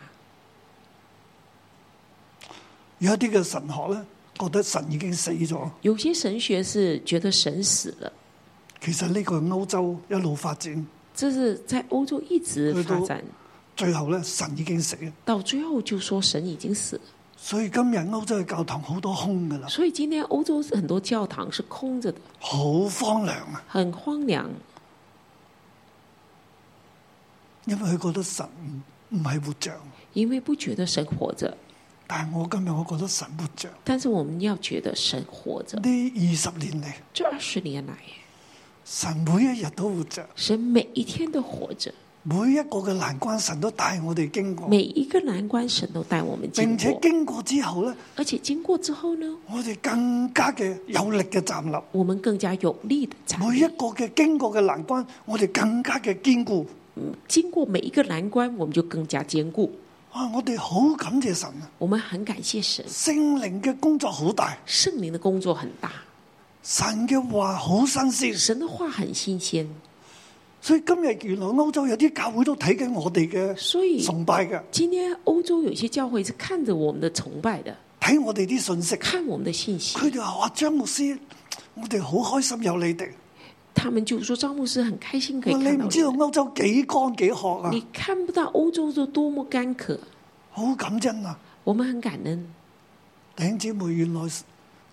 Speaker 2: 有一啲嘅神學咧，覺得神已經死咗。
Speaker 3: 有些神学是觉得神死了，
Speaker 2: 其實呢個係歐洲一路發展，這
Speaker 3: 这是在欧洲一直
Speaker 2: 对
Speaker 3: 发
Speaker 2: 都
Speaker 3: 展，
Speaker 2: 最後咧神已經死嘅。
Speaker 3: 到最后就说神已经死了。
Speaker 2: 所以今日歐洲嘅教堂好多空㗎啦，
Speaker 3: 所以今天欧洲很多教堂是空着的，
Speaker 2: 好荒涼啊！
Speaker 3: 很荒凉，
Speaker 2: 因為佢覺得神唔唔係活着。
Speaker 3: 因为不觉得神活着。
Speaker 2: 但係我今日我覺得神活着。
Speaker 3: 但是我们要觉得神活着。
Speaker 2: 呢二十年嚟，
Speaker 3: 这二十年来，
Speaker 2: 神每一日都活着，
Speaker 3: 神每一天都活着，
Speaker 2: 每一個嘅難關神都帶我哋經過。
Speaker 3: 每一个难关神都带我们经
Speaker 2: 並且
Speaker 3: 过，
Speaker 2: 經過之後咧，
Speaker 3: 而且经过之后呢，
Speaker 2: 我哋更加嘅有力嘅站立。
Speaker 3: 我们更加有力的站
Speaker 2: 每一
Speaker 3: 立。
Speaker 2: 個嘅經過嘅難關，我哋更加嘅堅固。
Speaker 3: 嗯经过每一个难关，我们就更加坚固。
Speaker 2: 啊！我哋好感謝神啊！
Speaker 3: 我们很感谢神，
Speaker 2: 聖靈嘅工作好大，
Speaker 3: 圣灵的工作很大，
Speaker 2: 神嘅話好新鮮。
Speaker 3: 神的话很新鲜，
Speaker 2: 所以今日原來歐洲有啲教會都睇緊我哋嘅
Speaker 3: 所以
Speaker 2: 崇拜嘅，
Speaker 3: 今天欧洲有些教会是看着我们的崇拜的，
Speaker 2: 睇我哋啲信息。
Speaker 3: 看我们的信息。
Speaker 2: 佢哋話：哇，張牧師，我哋好開心有你哋。
Speaker 3: 他们就说张牧师很开心可以
Speaker 2: 哇你
Speaker 3: 看到
Speaker 2: 唔知道
Speaker 3: 你
Speaker 2: 歐洲幾乾幾渴啊
Speaker 3: 你！看不到欧洲是多么干渴，
Speaker 2: 好感恩啊！
Speaker 3: 我们很感恩。
Speaker 2: 弟兄姊妹，原來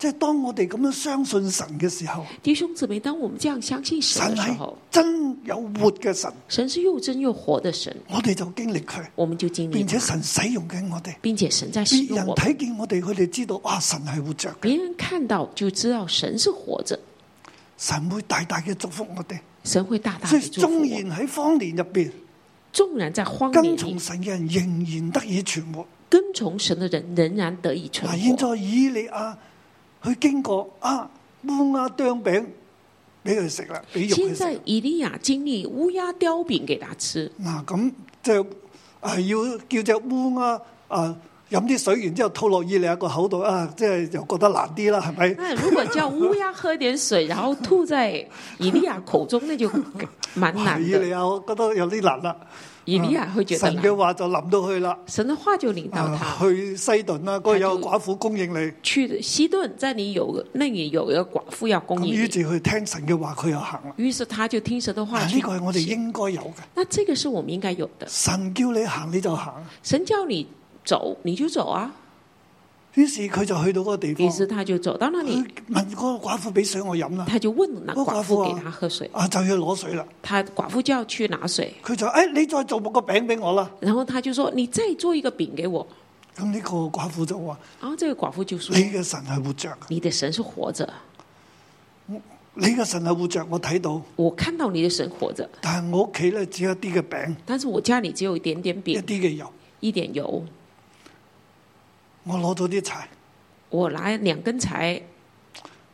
Speaker 2: 即係當我哋咁樣相信神嘅時候，
Speaker 3: 弟兄姊妹，当我们这样相信神
Speaker 2: 神
Speaker 3: 的时
Speaker 2: 係
Speaker 3: 候，
Speaker 2: 真有活嘅神，
Speaker 3: 神是又真又活的神，
Speaker 2: 我哋就經歷佢。
Speaker 3: 我们就经历
Speaker 2: 並且
Speaker 3: 它，
Speaker 2: 神使用緊我哋，
Speaker 3: 并且神在使
Speaker 2: 別
Speaker 3: 用
Speaker 2: 人
Speaker 3: 我们。
Speaker 2: 睇見我哋，佢哋知道哇，神係活着嘅，
Speaker 3: 别人看到就知道神是活着，
Speaker 2: 神會大大嘅祝福我哋。
Speaker 3: 神会大大
Speaker 2: 所
Speaker 3: 的
Speaker 2: 以
Speaker 3: 祝福
Speaker 2: 縱
Speaker 3: 我。
Speaker 2: 然喺荒年入邊，
Speaker 3: 纵然在荒
Speaker 2: 跟
Speaker 3: 年
Speaker 2: 從
Speaker 3: 里
Speaker 2: 神嘅人仍然得以存活。
Speaker 3: 跟从神的人仍然得以存
Speaker 2: 嗱，現
Speaker 3: 活。
Speaker 2: 在以利亞去經過啊烏鴉啄餅俾佢食啦，俾肉
Speaker 3: 现
Speaker 2: 佢
Speaker 3: 在
Speaker 2: 食。
Speaker 3: 以利亚经历乌鸦叼饼给他吃，
Speaker 2: 嗱咁即係啊要叫只烏鴉啊飲啲水，然之後吐落以利亞個口度啊，即係又覺得難啲啦，係咪？
Speaker 3: 那哎如果叫乌鸦喝点水，然后吐在以利亚口中，那就蛮
Speaker 2: 哇
Speaker 3: 难
Speaker 2: 以利
Speaker 3: 的。
Speaker 2: 亞我覺得有啲難啦。
Speaker 3: 以利亚會覺得
Speaker 2: 啊神嘅
Speaker 3: 難，
Speaker 2: 話就臨到去啦，
Speaker 3: 神的話就領到
Speaker 2: 啊
Speaker 3: 他
Speaker 2: 去西頓啦，嗰度有
Speaker 3: 佢就
Speaker 2: 寡婦供應你，
Speaker 3: 去西頓，在你有個那里有一個寡婦要供
Speaker 2: 咁
Speaker 3: 應
Speaker 2: 於
Speaker 3: 你，
Speaker 2: 是佢聽神嘅話，佢又行啦。
Speaker 3: 於是他就聽神的話
Speaker 2: 啊
Speaker 3: 去
Speaker 2: 呢個係我哋應該有嘅，
Speaker 3: 那这個是我們應該有的。
Speaker 2: 神叫你行你就行。
Speaker 3: 神叫你走，你就走啊。
Speaker 2: 哦於是佢就去到嗰個地方
Speaker 3: 於，是他就走到那裡，
Speaker 2: 佢問嗰個寡婦俾水我飲啦，
Speaker 3: 他就問那
Speaker 2: 嗰個
Speaker 3: 寡
Speaker 2: 哎寡婦
Speaker 3: 婦
Speaker 2: 啊
Speaker 3: 給他喝水，
Speaker 2: 啊就要攞水啦。
Speaker 3: 他寡婦就要去拿水，
Speaker 2: 佢就誒你再做個餅俾我啦。
Speaker 3: 然後他就說：“你再做一個餅給我。
Speaker 2: 咁呢個寡婦就話：”
Speaker 3: 然後這個寡婦就說
Speaker 2: 你嘅神係活着嘅，：“
Speaker 3: 你的神是活着，
Speaker 2: 你嘅神係活着，我睇到。
Speaker 3: 我看到你的神活着，
Speaker 2: 但係我屋企咧只有一啲嘅餅，
Speaker 3: 但是我家裡只有一點點
Speaker 2: 一
Speaker 3: 餅，
Speaker 2: 啲嘅油，
Speaker 3: 一點油，
Speaker 2: 我攞咗啲柴
Speaker 3: 我拿兩根柴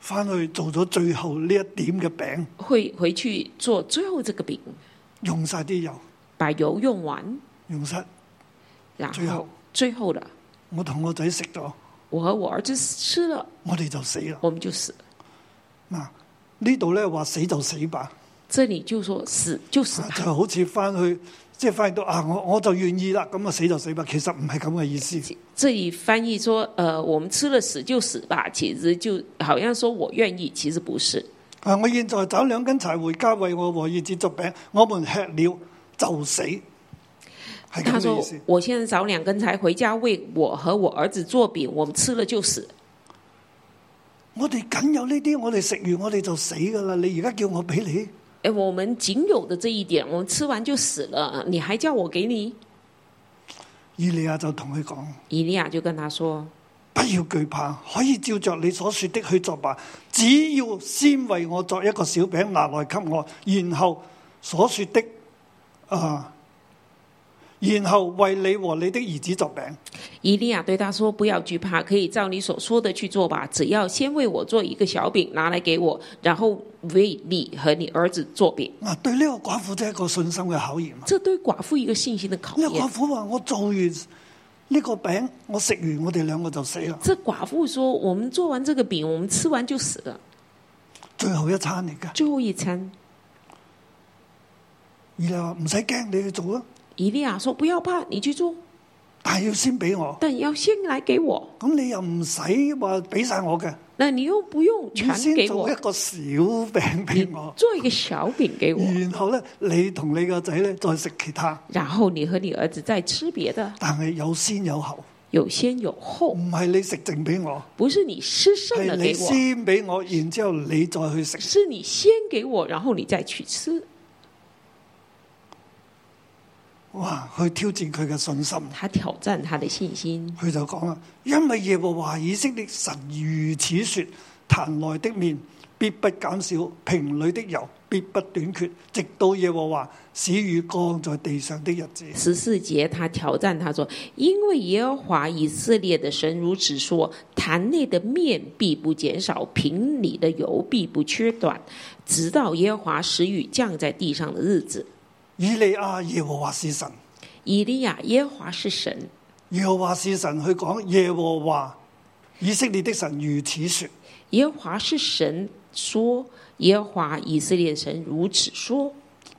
Speaker 2: 翻去做咗最後呢一點嘅餅，
Speaker 3: 会回去做最後這個餅，
Speaker 2: 用晒啲油，
Speaker 3: 把油用完，
Speaker 2: 用晒。
Speaker 3: 然後
Speaker 2: 最後
Speaker 3: 最後的
Speaker 2: 我同我仔食咗，
Speaker 3: 我和我兒子吃了，
Speaker 2: 我哋就死啦。
Speaker 3: 我們就死了。
Speaker 2: 嗱，呢度咧話死就死吧，
Speaker 3: 這裡就說死就死
Speaker 2: 啊
Speaker 3: 吧。”
Speaker 2: 就好似翻去即係翻到啊，我我就願意啦，咁啊死就死吧。其實唔係咁嘅意思，
Speaker 3: 这里翻译说，呃，我们吃了死就死吧，其实就好像说我愿意，其实不是。
Speaker 2: 啊我現在找兩根柴回家為我和兒子作餅，我們吃了就死，係
Speaker 3: 他
Speaker 2: 咁嘅
Speaker 3: 说
Speaker 2: 意思。：“
Speaker 3: 我现在找两根柴回家为我和我儿子做饼，我们吃了就死。
Speaker 2: 我哋僅有呢啲，我哋食完我哋就死噶啦。你而家叫我俾你，
Speaker 3: 哎，我们仅有的这一点，我们吃完就死了，你还叫我给你？”
Speaker 2: 以利亞就同佢講：
Speaker 3: 以利亚就跟他说
Speaker 2: 不要懼怕，可以照着你所說的去作吧。只要先為我作一個小餅拿來給我，然後所說的啊，然後為你和你的兒子作餅。：“
Speaker 3: 以利亚对他说，不要惧怕，可以照你所说的去做吧。只要先为我做一个小饼拿来给我，然后为你和你儿子做饼。
Speaker 2: 嗱，啊對呢個寡婦真係一個信心嘅考驗啊！”
Speaker 3: 这对寡妇一个信心的考
Speaker 2: 呢、
Speaker 3: 验
Speaker 2: 個。寡婦話：我做完呢個餅，我食完我哋兩個就死啦，
Speaker 3: 这寡妇说：“我们做完这个饼，我们吃完就死了，
Speaker 2: 最後一餐嚟㗎。
Speaker 3: 最后一餐。
Speaker 2: 以利亞話：唔使驚，你去做啦，”啊
Speaker 3: 以利亚说：“不要怕，你去做，
Speaker 2: 但係要先俾我。
Speaker 3: 但要先来给我。
Speaker 2: 咁你又唔使話俾晒我嘅，
Speaker 3: 那你又不用
Speaker 2: 你
Speaker 3: 全
Speaker 2: 先
Speaker 3: 给
Speaker 2: 做
Speaker 3: 我
Speaker 2: 一，個小餅
Speaker 3: 你
Speaker 2: 俾我，
Speaker 3: 做一个小饼给我，
Speaker 2: 然後咧你同你個仔咧再食其他，
Speaker 3: 然后你和你儿子再吃别的，
Speaker 2: 但係有先有後，
Speaker 3: 有先有后
Speaker 2: 唔，係你食剩俾我，
Speaker 3: 不是你吃剩
Speaker 2: 係
Speaker 3: 了
Speaker 2: 你
Speaker 3: 给我，
Speaker 2: 先俾我，然之後哎你再去食。
Speaker 3: 是你先给我，然后你再去吃。
Speaker 2: 哇！去挑戰佢嘅信心，”
Speaker 3: 他挑战他的信心。
Speaker 2: 佢就講啦：因為耶和華以色列神如此說：壇內的面必不減少，瓶裏的油必不短缺，直到耶和華使雨降在地上的日子。
Speaker 3: 十四节，他挑战他说：“因为耶和华以色列的神如此说，坛内的面必不减少，瓶里的油必不缺短，直到耶和华使雨降在地上的日子。
Speaker 2: 以利亞耶和華是神。”
Speaker 3: 以利亚，耶和华是神，
Speaker 2: 耶和華是神，去講耶和華以色列的神如此說。
Speaker 3: 耶和华是神说，耶和华以色列的神如此说，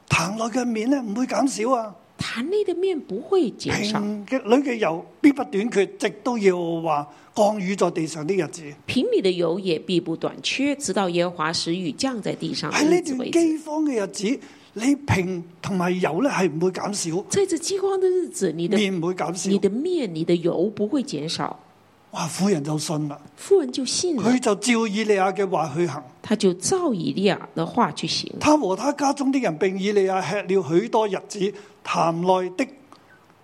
Speaker 2: 壇內嘅面咧唔會減少啊，
Speaker 3: 坛内的面不会减少，
Speaker 2: 瓶嘅裏嘅油必不短缺，直到耶和華降雨在地上的日子。
Speaker 3: 瓶里的油也必不短缺，直到耶和华使雨降在地上的
Speaker 2: 喺
Speaker 3: 日
Speaker 2: 呢
Speaker 3: 子
Speaker 2: 段
Speaker 3: 为止。
Speaker 2: 饑荒嘅日子，你瓶同埋油咧係唔會減少，
Speaker 3: 在这饥荒的日子，你的
Speaker 2: 面唔會減
Speaker 3: 你
Speaker 2: 少。
Speaker 3: 的面、你的油不会减少。
Speaker 2: 哇！婦人就信啦，
Speaker 3: 富人就信了
Speaker 2: 佢，就照以利亞嘅話去行。
Speaker 3: 他就照以利亚的话去行。
Speaker 2: 他和他家中的人並以利亞吃了許多日子，壇內的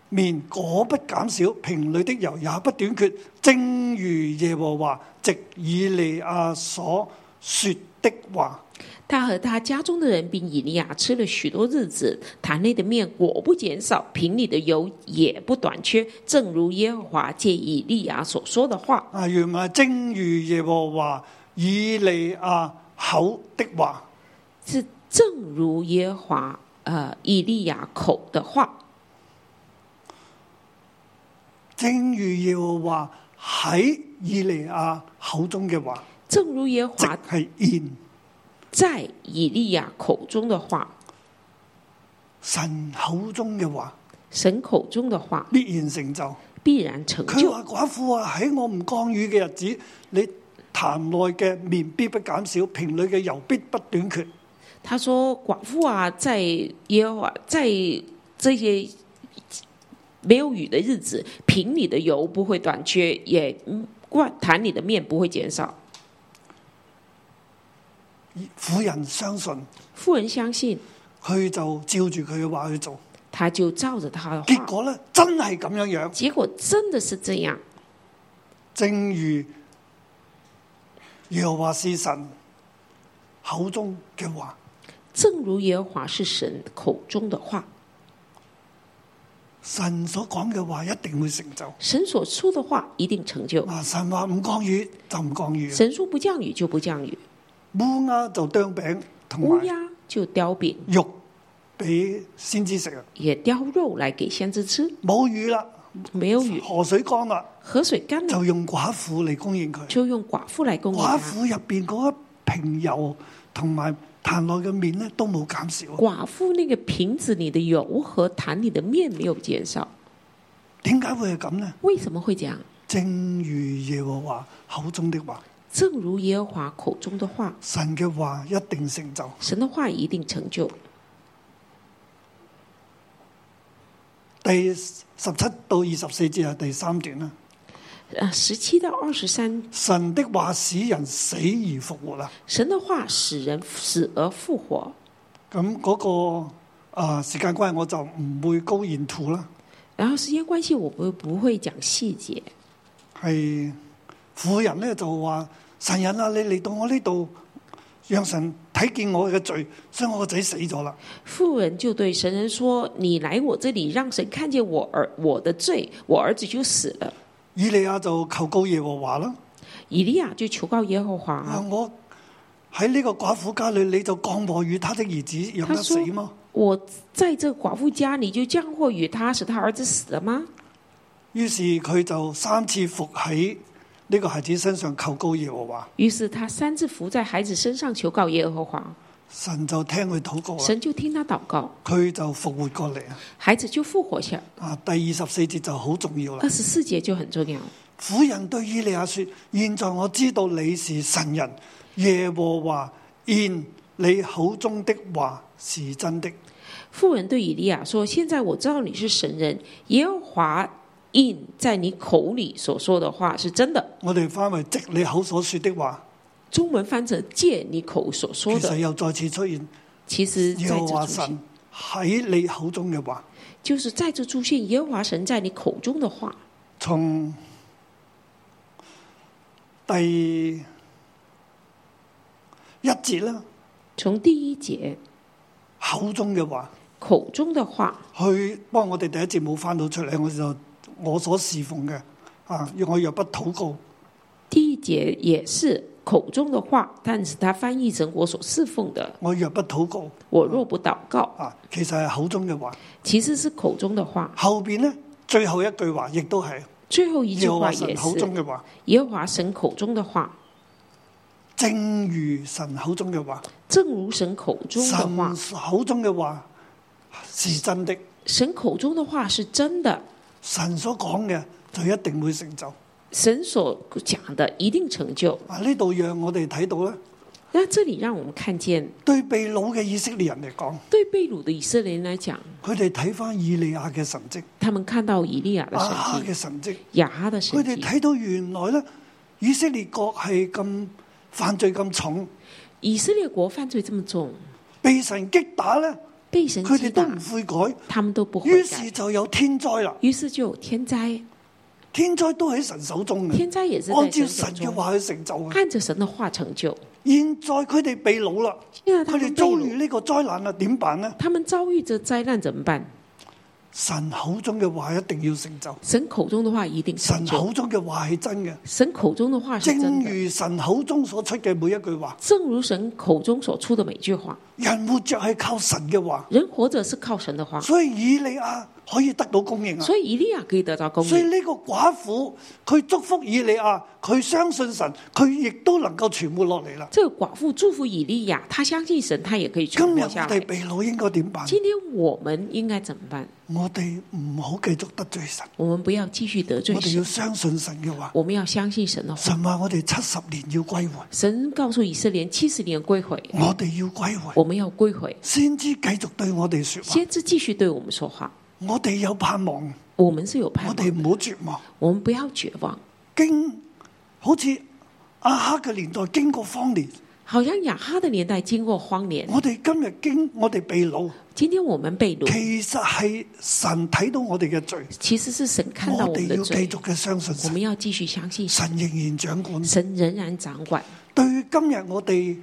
Speaker 2: 面果不減少，瓶裏的油也不短缺，正如耶和華藉以利亞所說的話。
Speaker 3: 他和他家中的人并以利亚吃了许多日子，坛内的面果不减少，瓶里的油也不短缺，正如耶和华借以利亚所说的话。
Speaker 2: 啊，原文係正如耶和華以利亞口的話。
Speaker 3: 是正如耶和华呃以利亚口的话，
Speaker 2: 正如耶和華喺以利亞口中嘅話，
Speaker 3: 正如耶和
Speaker 2: 即
Speaker 3: 华
Speaker 2: 係言
Speaker 3: 在以利亚口中的话，
Speaker 2: 神口中嘅話，
Speaker 3: 神口中的话
Speaker 2: 必然成就。
Speaker 3: 必然成
Speaker 2: 佢
Speaker 3: 就。
Speaker 2: 話寡婦啊，喺我唔降雨嘅日子，你壇內嘅棉必不減少，瓶裏嘅油必不短缺。
Speaker 3: 他说：“寡妇啊，在耶和华在这些没有雨的日子，瓶里的油不会短缺，也嗯罐坛里的面不会减少。
Speaker 2: 婦人相信，
Speaker 3: 富人相信，
Speaker 2: 佢就照住佢嘅話去做。
Speaker 3: 他就照着他的
Speaker 2: 結
Speaker 3: 话。
Speaker 2: 果呢，真係咁樣樣，
Speaker 3: 结果真的是这样，
Speaker 2: 正如耶和華是神口中嘅話，
Speaker 3: 正如耶和华是神口中的话，
Speaker 2: 神所講嘅話一定會成就。
Speaker 3: 神所说的话一定成就。
Speaker 2: 嗱，神話唔降雨就唔降雨，
Speaker 3: 神说不降雨就不降雨，
Speaker 2: 烏鴉就啄餅同
Speaker 3: 乌
Speaker 2: 埋
Speaker 3: 鸦就叼饼，
Speaker 2: 肉俾先知食啊！
Speaker 3: 也叼肉来给先知吃。
Speaker 2: 冇雨啦，
Speaker 3: 嗯没有雨，
Speaker 2: 河水乾啦。
Speaker 3: 河水干了，
Speaker 2: 就用寡婦嚟供應佢。
Speaker 3: 就用寡妇来供应啊
Speaker 2: 寡
Speaker 3: 他。”
Speaker 2: 婦入边嗰一瓶油同埋坛內嘅面咧都冇減少。啊
Speaker 3: 寡妇那个瓶子里的油和坛里的面没有减少，
Speaker 2: 點解會係咁呢？
Speaker 3: 为什么会这样？
Speaker 2: 正如耶和華口中的話，
Speaker 3: 正如耶和华口中的话，
Speaker 2: 神嘅話一定成就。
Speaker 3: 神的话一定成就。
Speaker 2: 第十七到二十四節啊係第三段啦。
Speaker 3: 呃，十七到二十三，
Speaker 2: 神的話使人死而復活啦。
Speaker 3: 神的话使人死而复活。
Speaker 2: 咁嗰、個啊、時間關係，我就唔會高言圖啦。
Speaker 3: 然后时间关系，我不不会讲细节。
Speaker 2: 係婦人咧就話：神人啊，你嚟到我呢度，讓神睇見我嘅罪，所以我個仔死咗啦。
Speaker 3: 妇人就对神人说：“你来我这里，让神看见我儿我的罪，我儿子就死了。
Speaker 2: 以利亞就求告耶和華啦，”
Speaker 3: 以利亚就求告耶和
Speaker 2: 話
Speaker 3: 华，
Speaker 2: 我喺呢個寡婦家裏，你就降禍與他的兒子，讓他死嗎？
Speaker 3: 我在这寡妇家，你就降祸与他，使他儿子死了吗？
Speaker 2: 於是佢就三次伏喺呢個孩子身上求告耶和華，
Speaker 3: 于是他三次伏在孩子身上求告耶和华，
Speaker 2: 神就聽佢禱告啦，
Speaker 3: 神就听他祷告，
Speaker 2: 佢就復活過嚟啊！
Speaker 3: 孩子就复活起来。
Speaker 2: 啊，第二十四節就好重要啦
Speaker 3: 二。十四节就很重要。
Speaker 2: 婦人對以利亞說：現在我知道你是神人，耶和華現你口中的話是真的。
Speaker 3: 妇人对以利亚说：“现在我知道你是神人，耶和华印在你口里所说的话是真的。
Speaker 2: 我哋翻為藉你口所說的話，”
Speaker 3: 中文翻成“借你口所
Speaker 2: 其
Speaker 3: 说
Speaker 2: 實
Speaker 3: 的
Speaker 2: 又再次出現”，
Speaker 3: 其实
Speaker 2: 耶
Speaker 3: 在
Speaker 2: 和華
Speaker 3: 这出现
Speaker 2: 神喺你口中嘅話。
Speaker 3: 就是再次出现耶和华神在你口中的话。
Speaker 2: 從第一節啦，
Speaker 3: 从第一节
Speaker 2: 口中嘅話，
Speaker 3: 口中的话，
Speaker 2: 去不過我哋第一節冇翻到出嚟，我就我所侍奉嘅啊，我若不禱告。
Speaker 3: 第一节也是口中的话，但是他翻译成我所侍奉的。
Speaker 2: 我若不禱告
Speaker 3: 我若不祷告，
Speaker 2: 啊，其實係口中嘅話。
Speaker 3: 其实是口中的话，
Speaker 2: 後邊呢，最後一句話亦都係
Speaker 3: 最后一句
Speaker 2: 耶和華
Speaker 3: 话
Speaker 2: 神
Speaker 3: 也
Speaker 2: 口中
Speaker 3: 是
Speaker 2: 嘅話，
Speaker 3: 耶和华神口中的话，
Speaker 2: 正如神口中嘅話，
Speaker 3: 正如神口中的话，
Speaker 2: 神口中嘅話是真的，
Speaker 3: 神口中的话是真的，
Speaker 2: 神所講嘅就一定會成就。
Speaker 3: 神所讲的一定成就。
Speaker 2: 啊，呢度讓我哋睇到咧，
Speaker 3: 那这里让我们看见，
Speaker 2: 對被掳嘅以色列人嚟講，
Speaker 3: 对被掳的以色列人来讲，
Speaker 2: 佢哋睇翻以利亞嘅神迹、
Speaker 3: 他们看到以利亚的
Speaker 2: 亞哈
Speaker 3: 神迹、
Speaker 2: 嘅神迹，
Speaker 3: 雅哈的
Speaker 2: 啊佢
Speaker 3: 神
Speaker 2: 哋
Speaker 3: 迹，
Speaker 2: 睇到原來咧以色列國係咁犯罪咁重，
Speaker 3: 以色列国犯罪这么重，
Speaker 2: 被神擊打咧，
Speaker 3: 被神
Speaker 2: 佢
Speaker 3: 击
Speaker 2: 哋都
Speaker 3: 打
Speaker 2: 唔，悔改。
Speaker 3: 他们都不悔
Speaker 2: 於是
Speaker 3: 改，
Speaker 2: 就有天災啦，
Speaker 3: 于是就有天灾，
Speaker 2: 天災都喺神手中嘅，
Speaker 3: 天灾也是
Speaker 2: 按
Speaker 3: 在
Speaker 2: 照
Speaker 3: 神
Speaker 2: 嗯神
Speaker 3: 手
Speaker 2: 嘅
Speaker 3: 中，
Speaker 2: 話去成就嘅。
Speaker 3: 按着神的话成就。
Speaker 2: 現在佢哋被掳啦，
Speaker 3: 现在他
Speaker 2: 佢
Speaker 3: 们
Speaker 2: 哋
Speaker 3: 被
Speaker 2: 遭
Speaker 3: 掳
Speaker 2: 遇呢個災難啦，點辦呢？
Speaker 3: 他们遭遇这灾难怎么办？
Speaker 2: 神口中嘅話一定要成就，
Speaker 3: 神口中的话一定成
Speaker 2: 神
Speaker 3: 就，
Speaker 2: 口中嘅話係真嘅，
Speaker 3: 神口中的话是真
Speaker 2: 正
Speaker 3: 的，
Speaker 2: 如神口中所出嘅每一句話，
Speaker 3: 正如神口中所出的每句话。
Speaker 2: 人活着係靠神嘅話，
Speaker 3: 人活着是靠神的话，
Speaker 2: 所以以利亞可以得到供應啊！
Speaker 3: 所以以利亚可以得到供
Speaker 2: 所以
Speaker 3: 应。
Speaker 2: 呢個寡婦佢祝福以利亞，佢相信神，佢亦都能夠存活落嚟啦。
Speaker 3: 这个寡妇祝福以利亚，她相信神，她也可以
Speaker 2: 今
Speaker 3: 存
Speaker 2: 日
Speaker 3: 活
Speaker 2: 我
Speaker 3: 下
Speaker 2: 哋
Speaker 3: 来。
Speaker 2: 被擄應該點辦？
Speaker 3: 今天我们应该怎么办？
Speaker 2: 我哋唔好繼續得罪神，
Speaker 3: 我们不要继续得罪
Speaker 2: 我哋要
Speaker 3: 神，
Speaker 2: 相信神嘅話。
Speaker 3: 我们要相信神的话。
Speaker 2: 神話我哋七十年要歸回，
Speaker 3: 神告诉以色列七十年归回，
Speaker 2: 我哋要歸回，
Speaker 3: 我们要归回。
Speaker 2: 先知繼續對我哋说話。
Speaker 3: 先知继续对我们说话，
Speaker 2: 我哋有盼望，
Speaker 3: 我们是有盼
Speaker 2: 我
Speaker 3: 望
Speaker 2: 哋
Speaker 3: 的，
Speaker 2: 唔好絕望。
Speaker 3: 我们不要绝望。
Speaker 2: 經好似阿哈嘅年代經過荒年，
Speaker 3: 好像雅哈的年代经过荒年，
Speaker 2: 我哋今日經我哋被擄，
Speaker 3: 今天我们被掳，
Speaker 2: 其實係神睇到我哋嘅罪。
Speaker 3: 其实是神看到
Speaker 2: 我
Speaker 3: 我们
Speaker 2: 哋
Speaker 3: 的
Speaker 2: 要繼
Speaker 3: 罪，
Speaker 2: 續嘅相信
Speaker 3: 我
Speaker 2: 神，
Speaker 3: 们要继续相信神，
Speaker 2: 神仍然掌管。
Speaker 3: 神仍然掌管。
Speaker 2: 對今日我哋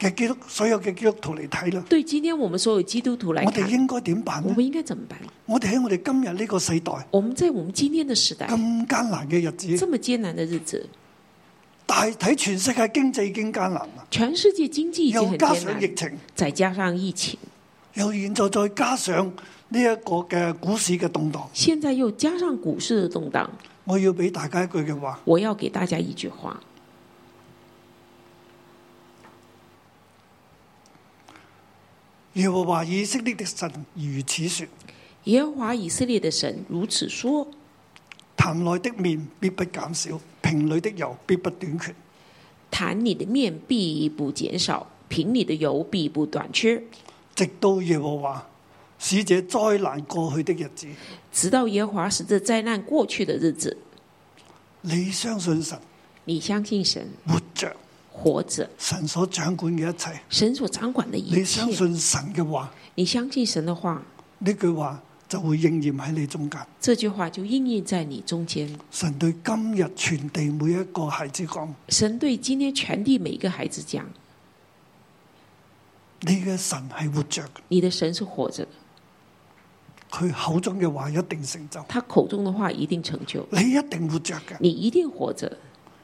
Speaker 2: 嘅基督所有嘅基督徒嚟睇啦，
Speaker 3: 对今天我们所有基督徒来
Speaker 2: 我哋
Speaker 3: 看，
Speaker 2: 應該點辦
Speaker 3: 我
Speaker 2: 呢？
Speaker 3: 们应该怎么办？
Speaker 2: 我哋喺我哋今日呢個世代
Speaker 3: 我们在我们今天的时代，
Speaker 2: 咁艱難嘅日子，
Speaker 3: 这么艰难的日子，
Speaker 2: 大體全世界經濟已經艱難啦，
Speaker 3: 全世界经济已经
Speaker 2: 又
Speaker 3: 很
Speaker 2: 加
Speaker 3: 艰
Speaker 2: 上
Speaker 3: 难
Speaker 2: 疫，情，
Speaker 3: 再加上疫情，
Speaker 2: 又現在再加上呢一個嘅股市嘅動盪，
Speaker 3: 现在又加上股市的动荡。
Speaker 2: 我要俾大家一句嘅話：
Speaker 3: 我要给大家一句话：
Speaker 2: 耶和華以色列的神如此說：
Speaker 3: 耶和华以色列的神如此说：
Speaker 2: 壇內的面必不減少，瓶裏的油必不短缺。
Speaker 3: 弹你的面必不减少，凭你的油必不短缺，
Speaker 2: 直到耶和華使者災難過去的日子，
Speaker 3: 直到耶和华使这灾难过去的日子。
Speaker 2: 你相信神
Speaker 3: 你相信神
Speaker 2: 活着，
Speaker 3: 活着，
Speaker 2: 神所掌管嘅一切，
Speaker 3: 神所掌管的一
Speaker 2: 你相
Speaker 3: 切，
Speaker 2: 信神嘅話，
Speaker 3: 你相信神的话，
Speaker 2: 呢句話就會應驗喺你中間。
Speaker 3: 这句话就应验在你中间。
Speaker 2: 神對今日全地每一個孩子講：
Speaker 3: 神对今天全地每一个孩子讲：
Speaker 2: 你嘅神係活着嘅，
Speaker 3: 你的神是活着的，
Speaker 2: 佢口中嘅話一定成就，
Speaker 3: 他口中的话一定成就，
Speaker 2: 你一定活着嘅，
Speaker 3: 你一定活着，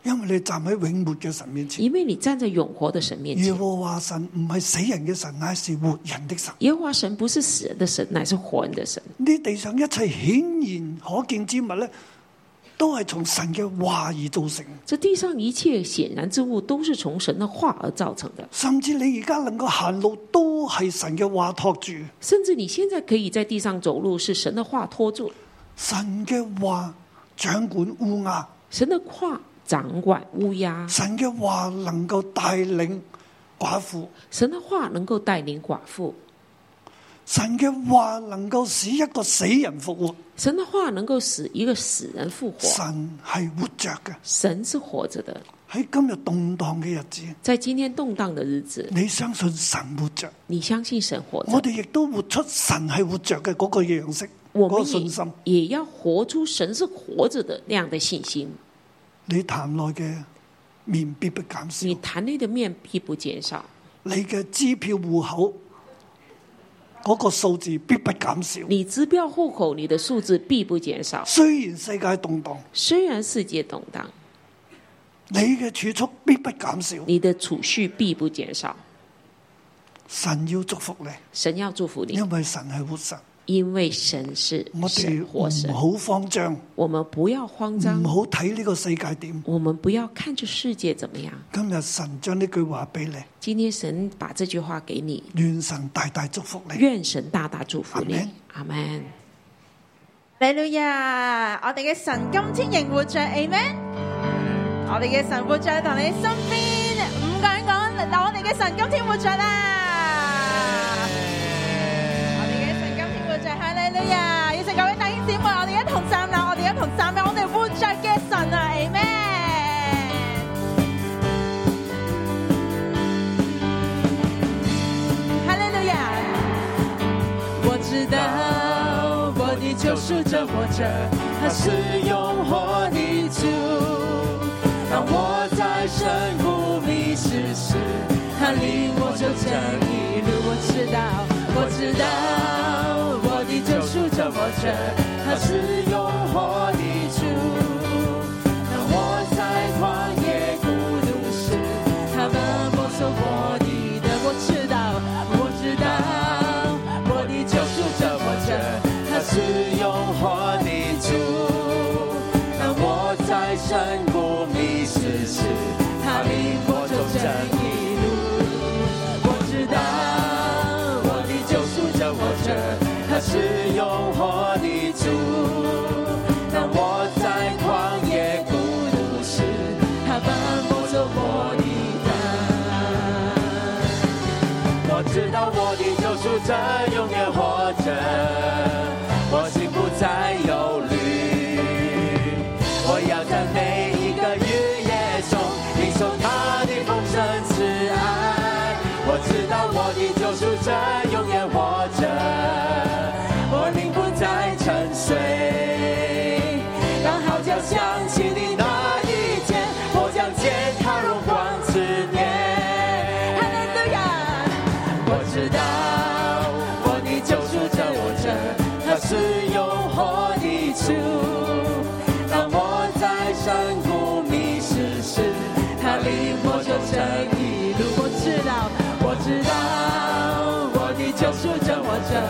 Speaker 2: 因為你站喺永活嘅神面前。
Speaker 3: 因为你站在永活的神面
Speaker 2: 耶
Speaker 3: 前。
Speaker 2: 和華神唔係死人嘅神，乃是活人的神。
Speaker 3: 耶和华神不是死人的神，乃是活人的神。
Speaker 2: 呢地上一切顯然可見之物咧，都係從神嘅話而造成。
Speaker 3: 这地上一切显然之物都是从神的话而造成的，
Speaker 2: 甚至你而家能夠行路，都係神嘅話托住。
Speaker 3: 甚至你现在可以在地上走路，是神的话托住，
Speaker 2: 神嘅話掌管烏鴉，
Speaker 3: 神的话掌管乌鸦，
Speaker 2: 神嘅話能夠帶領寡婦，
Speaker 3: 神的话能够带领寡妇，
Speaker 2: 神嘅話能夠使一個死人復活。
Speaker 3: 神的话能够使一个死人复活。
Speaker 2: 神係活着嘅。
Speaker 3: 神是活着的，
Speaker 2: 喺今日動盪嘅日子，
Speaker 3: 在今天动荡的日子，
Speaker 2: 你相信神活着，
Speaker 3: 你相信神活
Speaker 2: 我
Speaker 3: 着，
Speaker 2: 哋亦都活出神係活着嘅嗰個樣式，
Speaker 3: 我
Speaker 2: 嗰、個
Speaker 3: 们
Speaker 2: 信心。
Speaker 3: 也也要活出神是活着的那样的信心。
Speaker 2: 你壇內嘅面必不減少
Speaker 3: 你，坛内的面必不减少，
Speaker 2: 你嘅支票户口嗰、個數字必不減少。
Speaker 3: 你支票户口你的数字必不减少。
Speaker 2: 雖然世界動盪，
Speaker 3: 虽然世界动荡，
Speaker 2: 你嘅儲蓄必不減少。
Speaker 3: 你的储蓄必不减少。
Speaker 2: 神要祝福你，
Speaker 3: 神要祝福你，
Speaker 2: 因為神係活神。
Speaker 3: 因为神是
Speaker 2: 我哋
Speaker 3: 神活神。
Speaker 2: 唔好慌張，唔
Speaker 3: 我们不要慌张，
Speaker 2: 好睇呢個世界點。
Speaker 3: 我们不要看这世界怎么样。
Speaker 2: 今日神將呢句話俾你，
Speaker 3: 今天神把这句话给你，
Speaker 2: 願神大大祝福你。
Speaker 3: 愿神大大祝福你。阿门。
Speaker 4: 利路亚！我哋嘅神今天仍活着，Amen。我哋嘅神活着，同你身边五個人講，我哋嘅神今天活着啦！我哋嘅神今天活着，哈利路亞！要成各位弟兄姊妹，我哋一同站立，我哋一同站立，我哋活着嘅神啊，Amen。哈利路亚！
Speaker 5: 我知道我的救赎者活着，他是永活的主。当我在深谷迷失时，他领我走这一路。我知道，我知道我的救赎者活着，他是永活的主。当我在旷野孤独时，他们没收我的灯。我知道，我知道。我的救赎者活着，他是这一路。我知道我的救赎着我这，他是永活的主。当我在旷野孤独时，他奔波着我的担。我知道我的救赎者永远活着，我心不再忧虑。我要在每一个雨夜中领受他的丰盛慈爱。我知道我的救赎者永远活着，我灵不再沉睡。当号角响起的那一天，我将见他荣光之面。
Speaker 4: 哈利路亚，
Speaker 5: 我知道我的救赎者我着，他是永活的主。当我在山谷迷失时，他领我走这一路。我知道，我知道我的救赎者我着，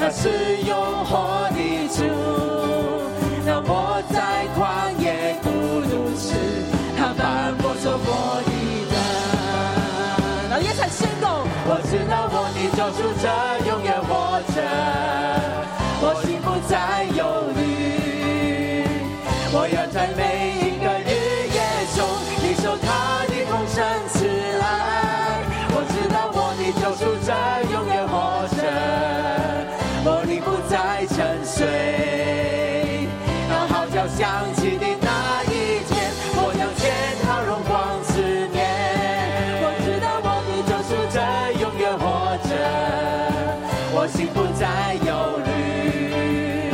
Speaker 5: 他是永活的主。当我在旷野孤独时，他伴我走过一段。
Speaker 4: 我哋一齐宣告，
Speaker 5: 我知道我的救赎者永远活着，我心不再忧虑。我要在每一个日夜中领受他的丰盛慈爱。我知道我的救赎者永远活着，我灵不再沉睡。当号角响起的那一天，我将见他荣光之面。我知道我的救赎者永远活着，我心不再忧虑。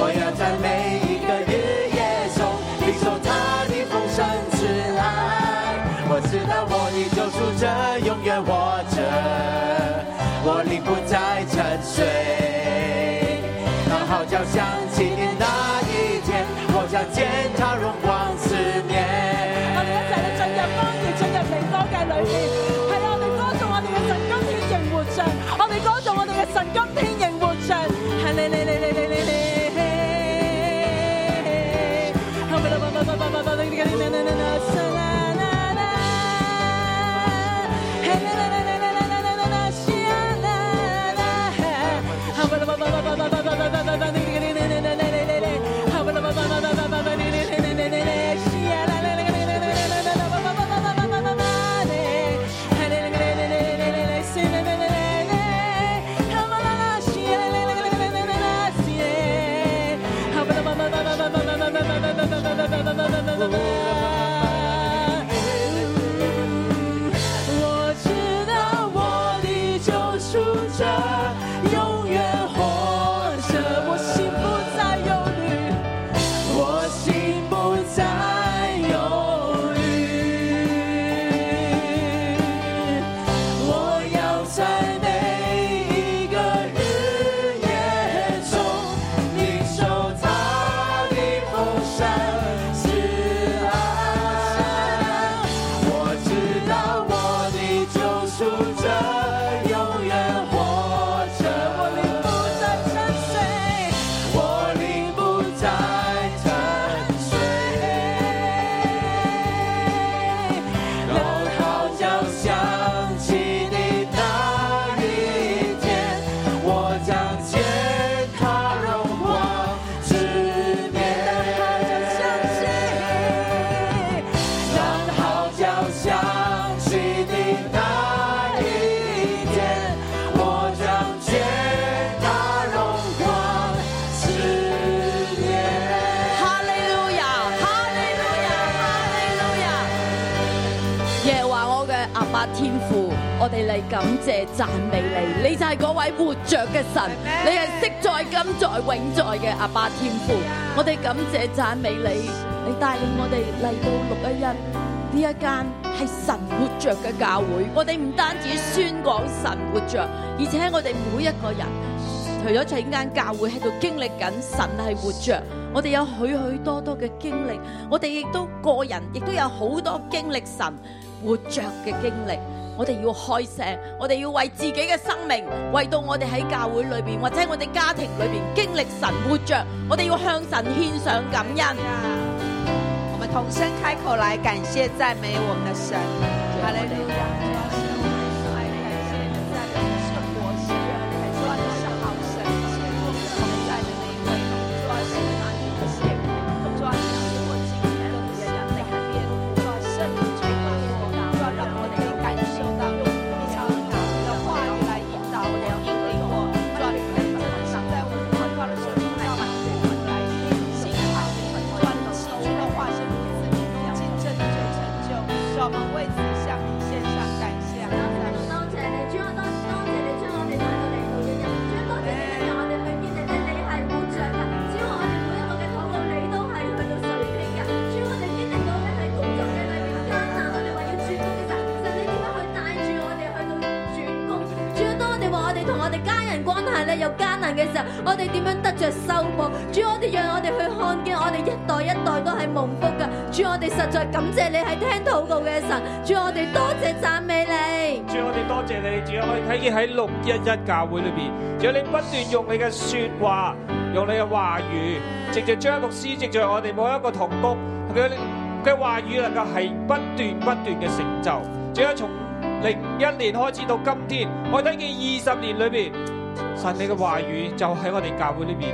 Speaker 5: 我要在每一个日夜中领受他的丰盛慈爱。我知道我的救赎者永远活着，我灵不再沉睡。当号角响起的那一天，我将见他荣光四面。
Speaker 4: 我哋一齐咧进入安然，进入靈歌嘅裏面。係啦，我哋歌頌我哋嘅神今天仍活着，我哋歌頌我哋嘅神今天仍活着。係你你你你你你你。後面啦，啦啦啦啦啦啦啦啦啦啦啦啦係啦啦啦啦啦啦啦啦啦是啊啦啦係後面啦啦啦啦啦啦啦啦啦啦啦後面啦啦啦啦啦啦啦啦是啊啦啦啦啦啦啦啦啦啦
Speaker 5: 我知道我的救赎者永远活着，我心不再忧虑，我心不再忧虑。我要在每一个日夜中领受他的丰盛慈爱。我知道我的救赎者永远活着，我灵不再沉睡，我灵不再沉睡。当号角响起的那一天，我将见他荣光之面。当号角响起的那一天，我将见他荣光之面。
Speaker 6: 哈利路亞，哈利路亞，哈利路亞！耶和華我嘅阿爸天父，我哋嚟感謝讚美你，你就係嗰位活着嘅神，你係昔在、今在、永在嘅阿爸天父，我哋感謝讚美你，你帶領我哋嚟到六一一。呢一間係神活着嘅教會，我哋唔單止宣講神活着，而且我哋每一個人除咗整間教會喺度經歷緊神係活着，我哋有許許多多嘅經歷，我哋亦都個人亦都有好多經歷神活着嘅經歷。我哋要開聲，我哋要為自己嘅生命，為到我哋喺教會裏邊或者我哋家庭裏邊經歷神活着，我哋要向神獻上感恩。
Speaker 7: 我们同声开口来感谢赞美我们的神，哈利路
Speaker 6: 同我哋家人關係咧有艱難嘅時候，我哋點樣得着修補？主，我哋讓我哋去看見我哋一代一代都係蒙福噶。主，我哋實在感謝你係聽禱告嘅神。主，我哋多謝讚美你。
Speaker 7: 主，我哋多謝你，主，我哋睇見喺六一一教會裏邊，主，你不斷用你嘅説話，用你嘅話語，藉着張牧師，藉着我哋每一個同工，佢嘅話語能夠係不斷不斷嘅成就。主，從零一年開始到今天，我睇見二十年裏邊，神你嘅話語就喺我哋教會裏邊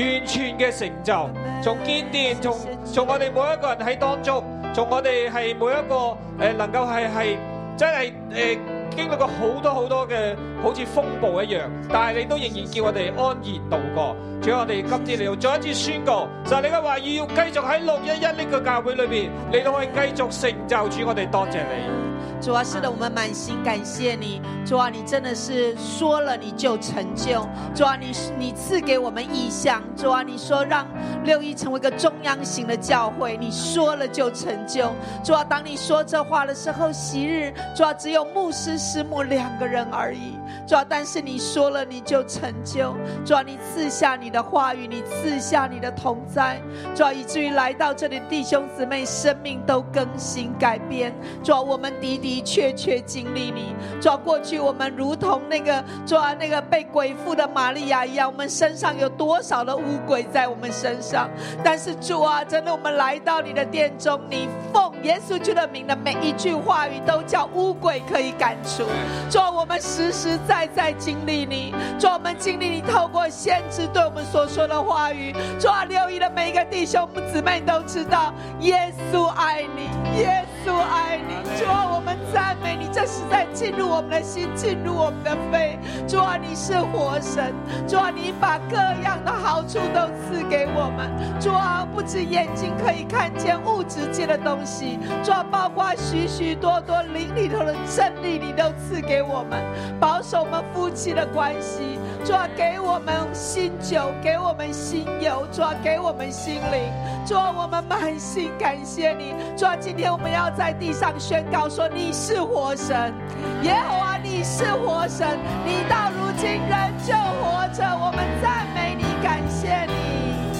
Speaker 7: 完全嘅成就，從堅定，從從我哋每一個人喺當中，從我哋係每一個誒、呃能夠係係。真係誒、經歷過好多好多嘅好似風暴一樣，但係你都仍然叫我哋安然度過。主要我哋今次嚟到再一次宣告，就係你嘅話語要繼續喺六一一呢個教會裏邊，你都可以繼續成就主，我哋多謝你。
Speaker 8: 主啊，是的，我们满心感谢你。主啊，你真的是说了你就成就。主啊，你你赐给我们意向。主啊，你说让六一成为一个中央型的教会，你说了就成就。主啊，当你说这话的时候，昔日主啊只有牧师、师母两个人而已。主啊，但是你说了你就成就。主啊，你赐下你的话语，你赐下你的同在。主啊，以至于来到这里的弟兄姊妹生命都更新改变。主啊，我们的的确确经历你。主啊，过去我们如同那个主啊那个被鬼附的玛利亚一样，我们身上有多少的污鬼在我们身上？但是主啊，真的我们来到你的殿中，你奉耶稣基督的名的每一句话语都叫污鬼可以赶出。主啊，我们实实在在经历你，主啊，我们经历你透过先知对我们所说的话语。主啊，六一的每一个弟兄姊妹都知道，耶稣爱你，耶稣爱你。主啊，我们赞美你，这实在进入我们的心，进入我们的肺。主啊，你是活神，主啊，你把各样的好处都赐给我们。主啊，不止眼睛可以看见物质界的东西，主啊，包括许许多多灵里头的真理，你都赐给我们，保守我们夫妻的关系。主啊，给我们新酒，给我们新油，主啊，给我们心灵。主啊，我们满心感谢你。主啊，今天我们要在地上宣告说你是活神，耶和华你是活神，你到如今仍旧活着。我们赞美你，感谢你。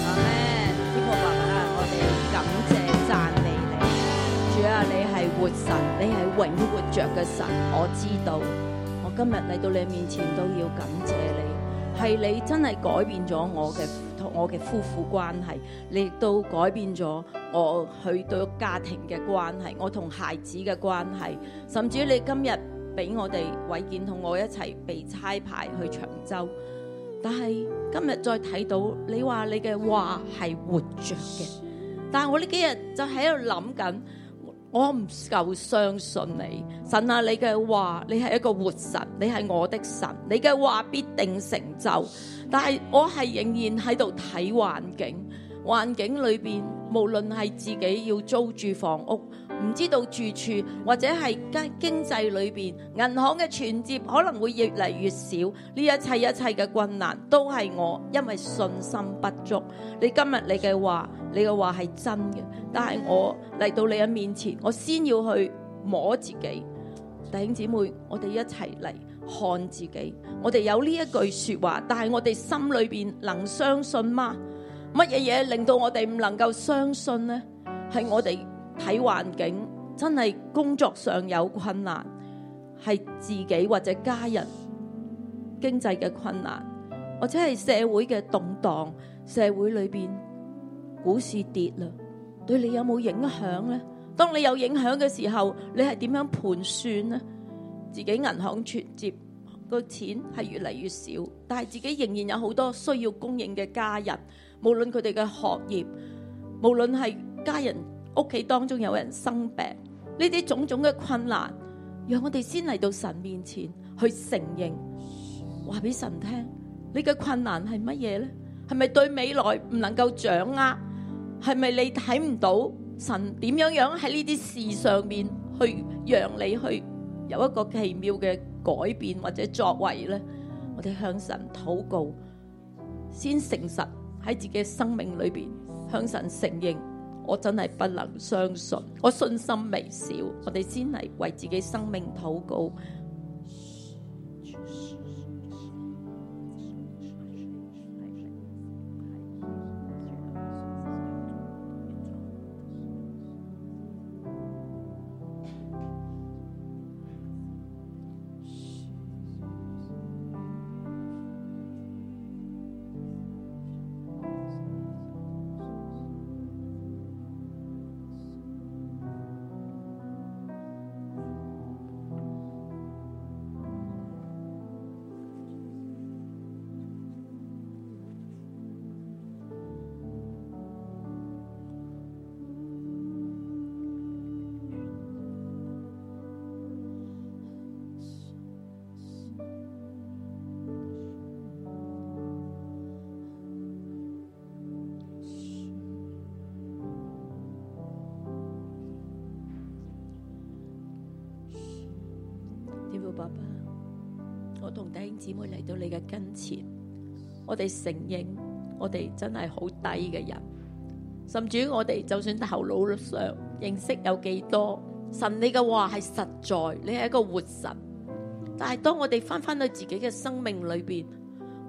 Speaker 6: 阿咩？天父爸爸，我哋感謝讚美你，主啊，你係活神，你係永活着嘅神，我知道。我今日嚟到你面前都要感謝你，係你真係改變咗我嘅夫我嘅夫婦關係，你亦都改變咗我去到家庭嘅關係，我同孩子嘅關係，甚至你今日俾我哋偉健同我一齊被差派去長洲。但係今日再睇到你話你嘅話係活着嘅，但係我呢幾日就喺度諗緊，我唔夠相信你，神啊！你嘅話，你係一個活神，你係我的神，你嘅話必定成就。但係我係仍然喺度睇環境，環境裏邊無論係自己要租住房屋。唔知道住處或者係經經濟裏邊銀行嘅存摺可能會越嚟越少，呢一切一切嘅困難都係我因為信心不足。你今日你嘅話，你嘅話係真嘅，但係我嚟到你嘅面前，我先要去摸自己。弟兄姊妹，我哋一齊嚟看自己。我哋有呢一句説話，但係我哋心裏邊能相信嗎？乜嘢嘢令到我哋唔能夠相信呢？係我哋睇環境，真係工作上有困難，係自己或者家人經濟嘅困難，或者係社會嘅動盪，社會裏邊股市跌啦，對你有冇影響呢？當你有影響嘅時候，你係點樣盤算呢？自己銀行存摺個錢係越嚟越少，但係自己仍然有好多需要供應嘅家人，無論佢哋嘅學業，無論係家人屋企當中有人生病，呢啲種種嘅困難，讓我哋先嚟到神面前去承認，話俾神聽，你嘅困難係乜嘢呢？係咪對未來唔能夠掌握？係咪你睇唔到神點樣樣喺呢啲事上面去讓你去有一個奇妙嘅改變或者作為呢？我哋向神禱告，先誠實喺自己嘅生命裏邊向神承認，我真係不能相信，我信心微小。我哋先嚟為自己生命禱告。天父爸爸，我同弟兄姊妹嚟到你嘅跟前，我哋承認我哋真係好低嘅人，甚至於我哋就算頭腦上認識有幾多，神你嘅話係實在，你係一個活神。但係當我哋翻翻去自己嘅生命裏邊，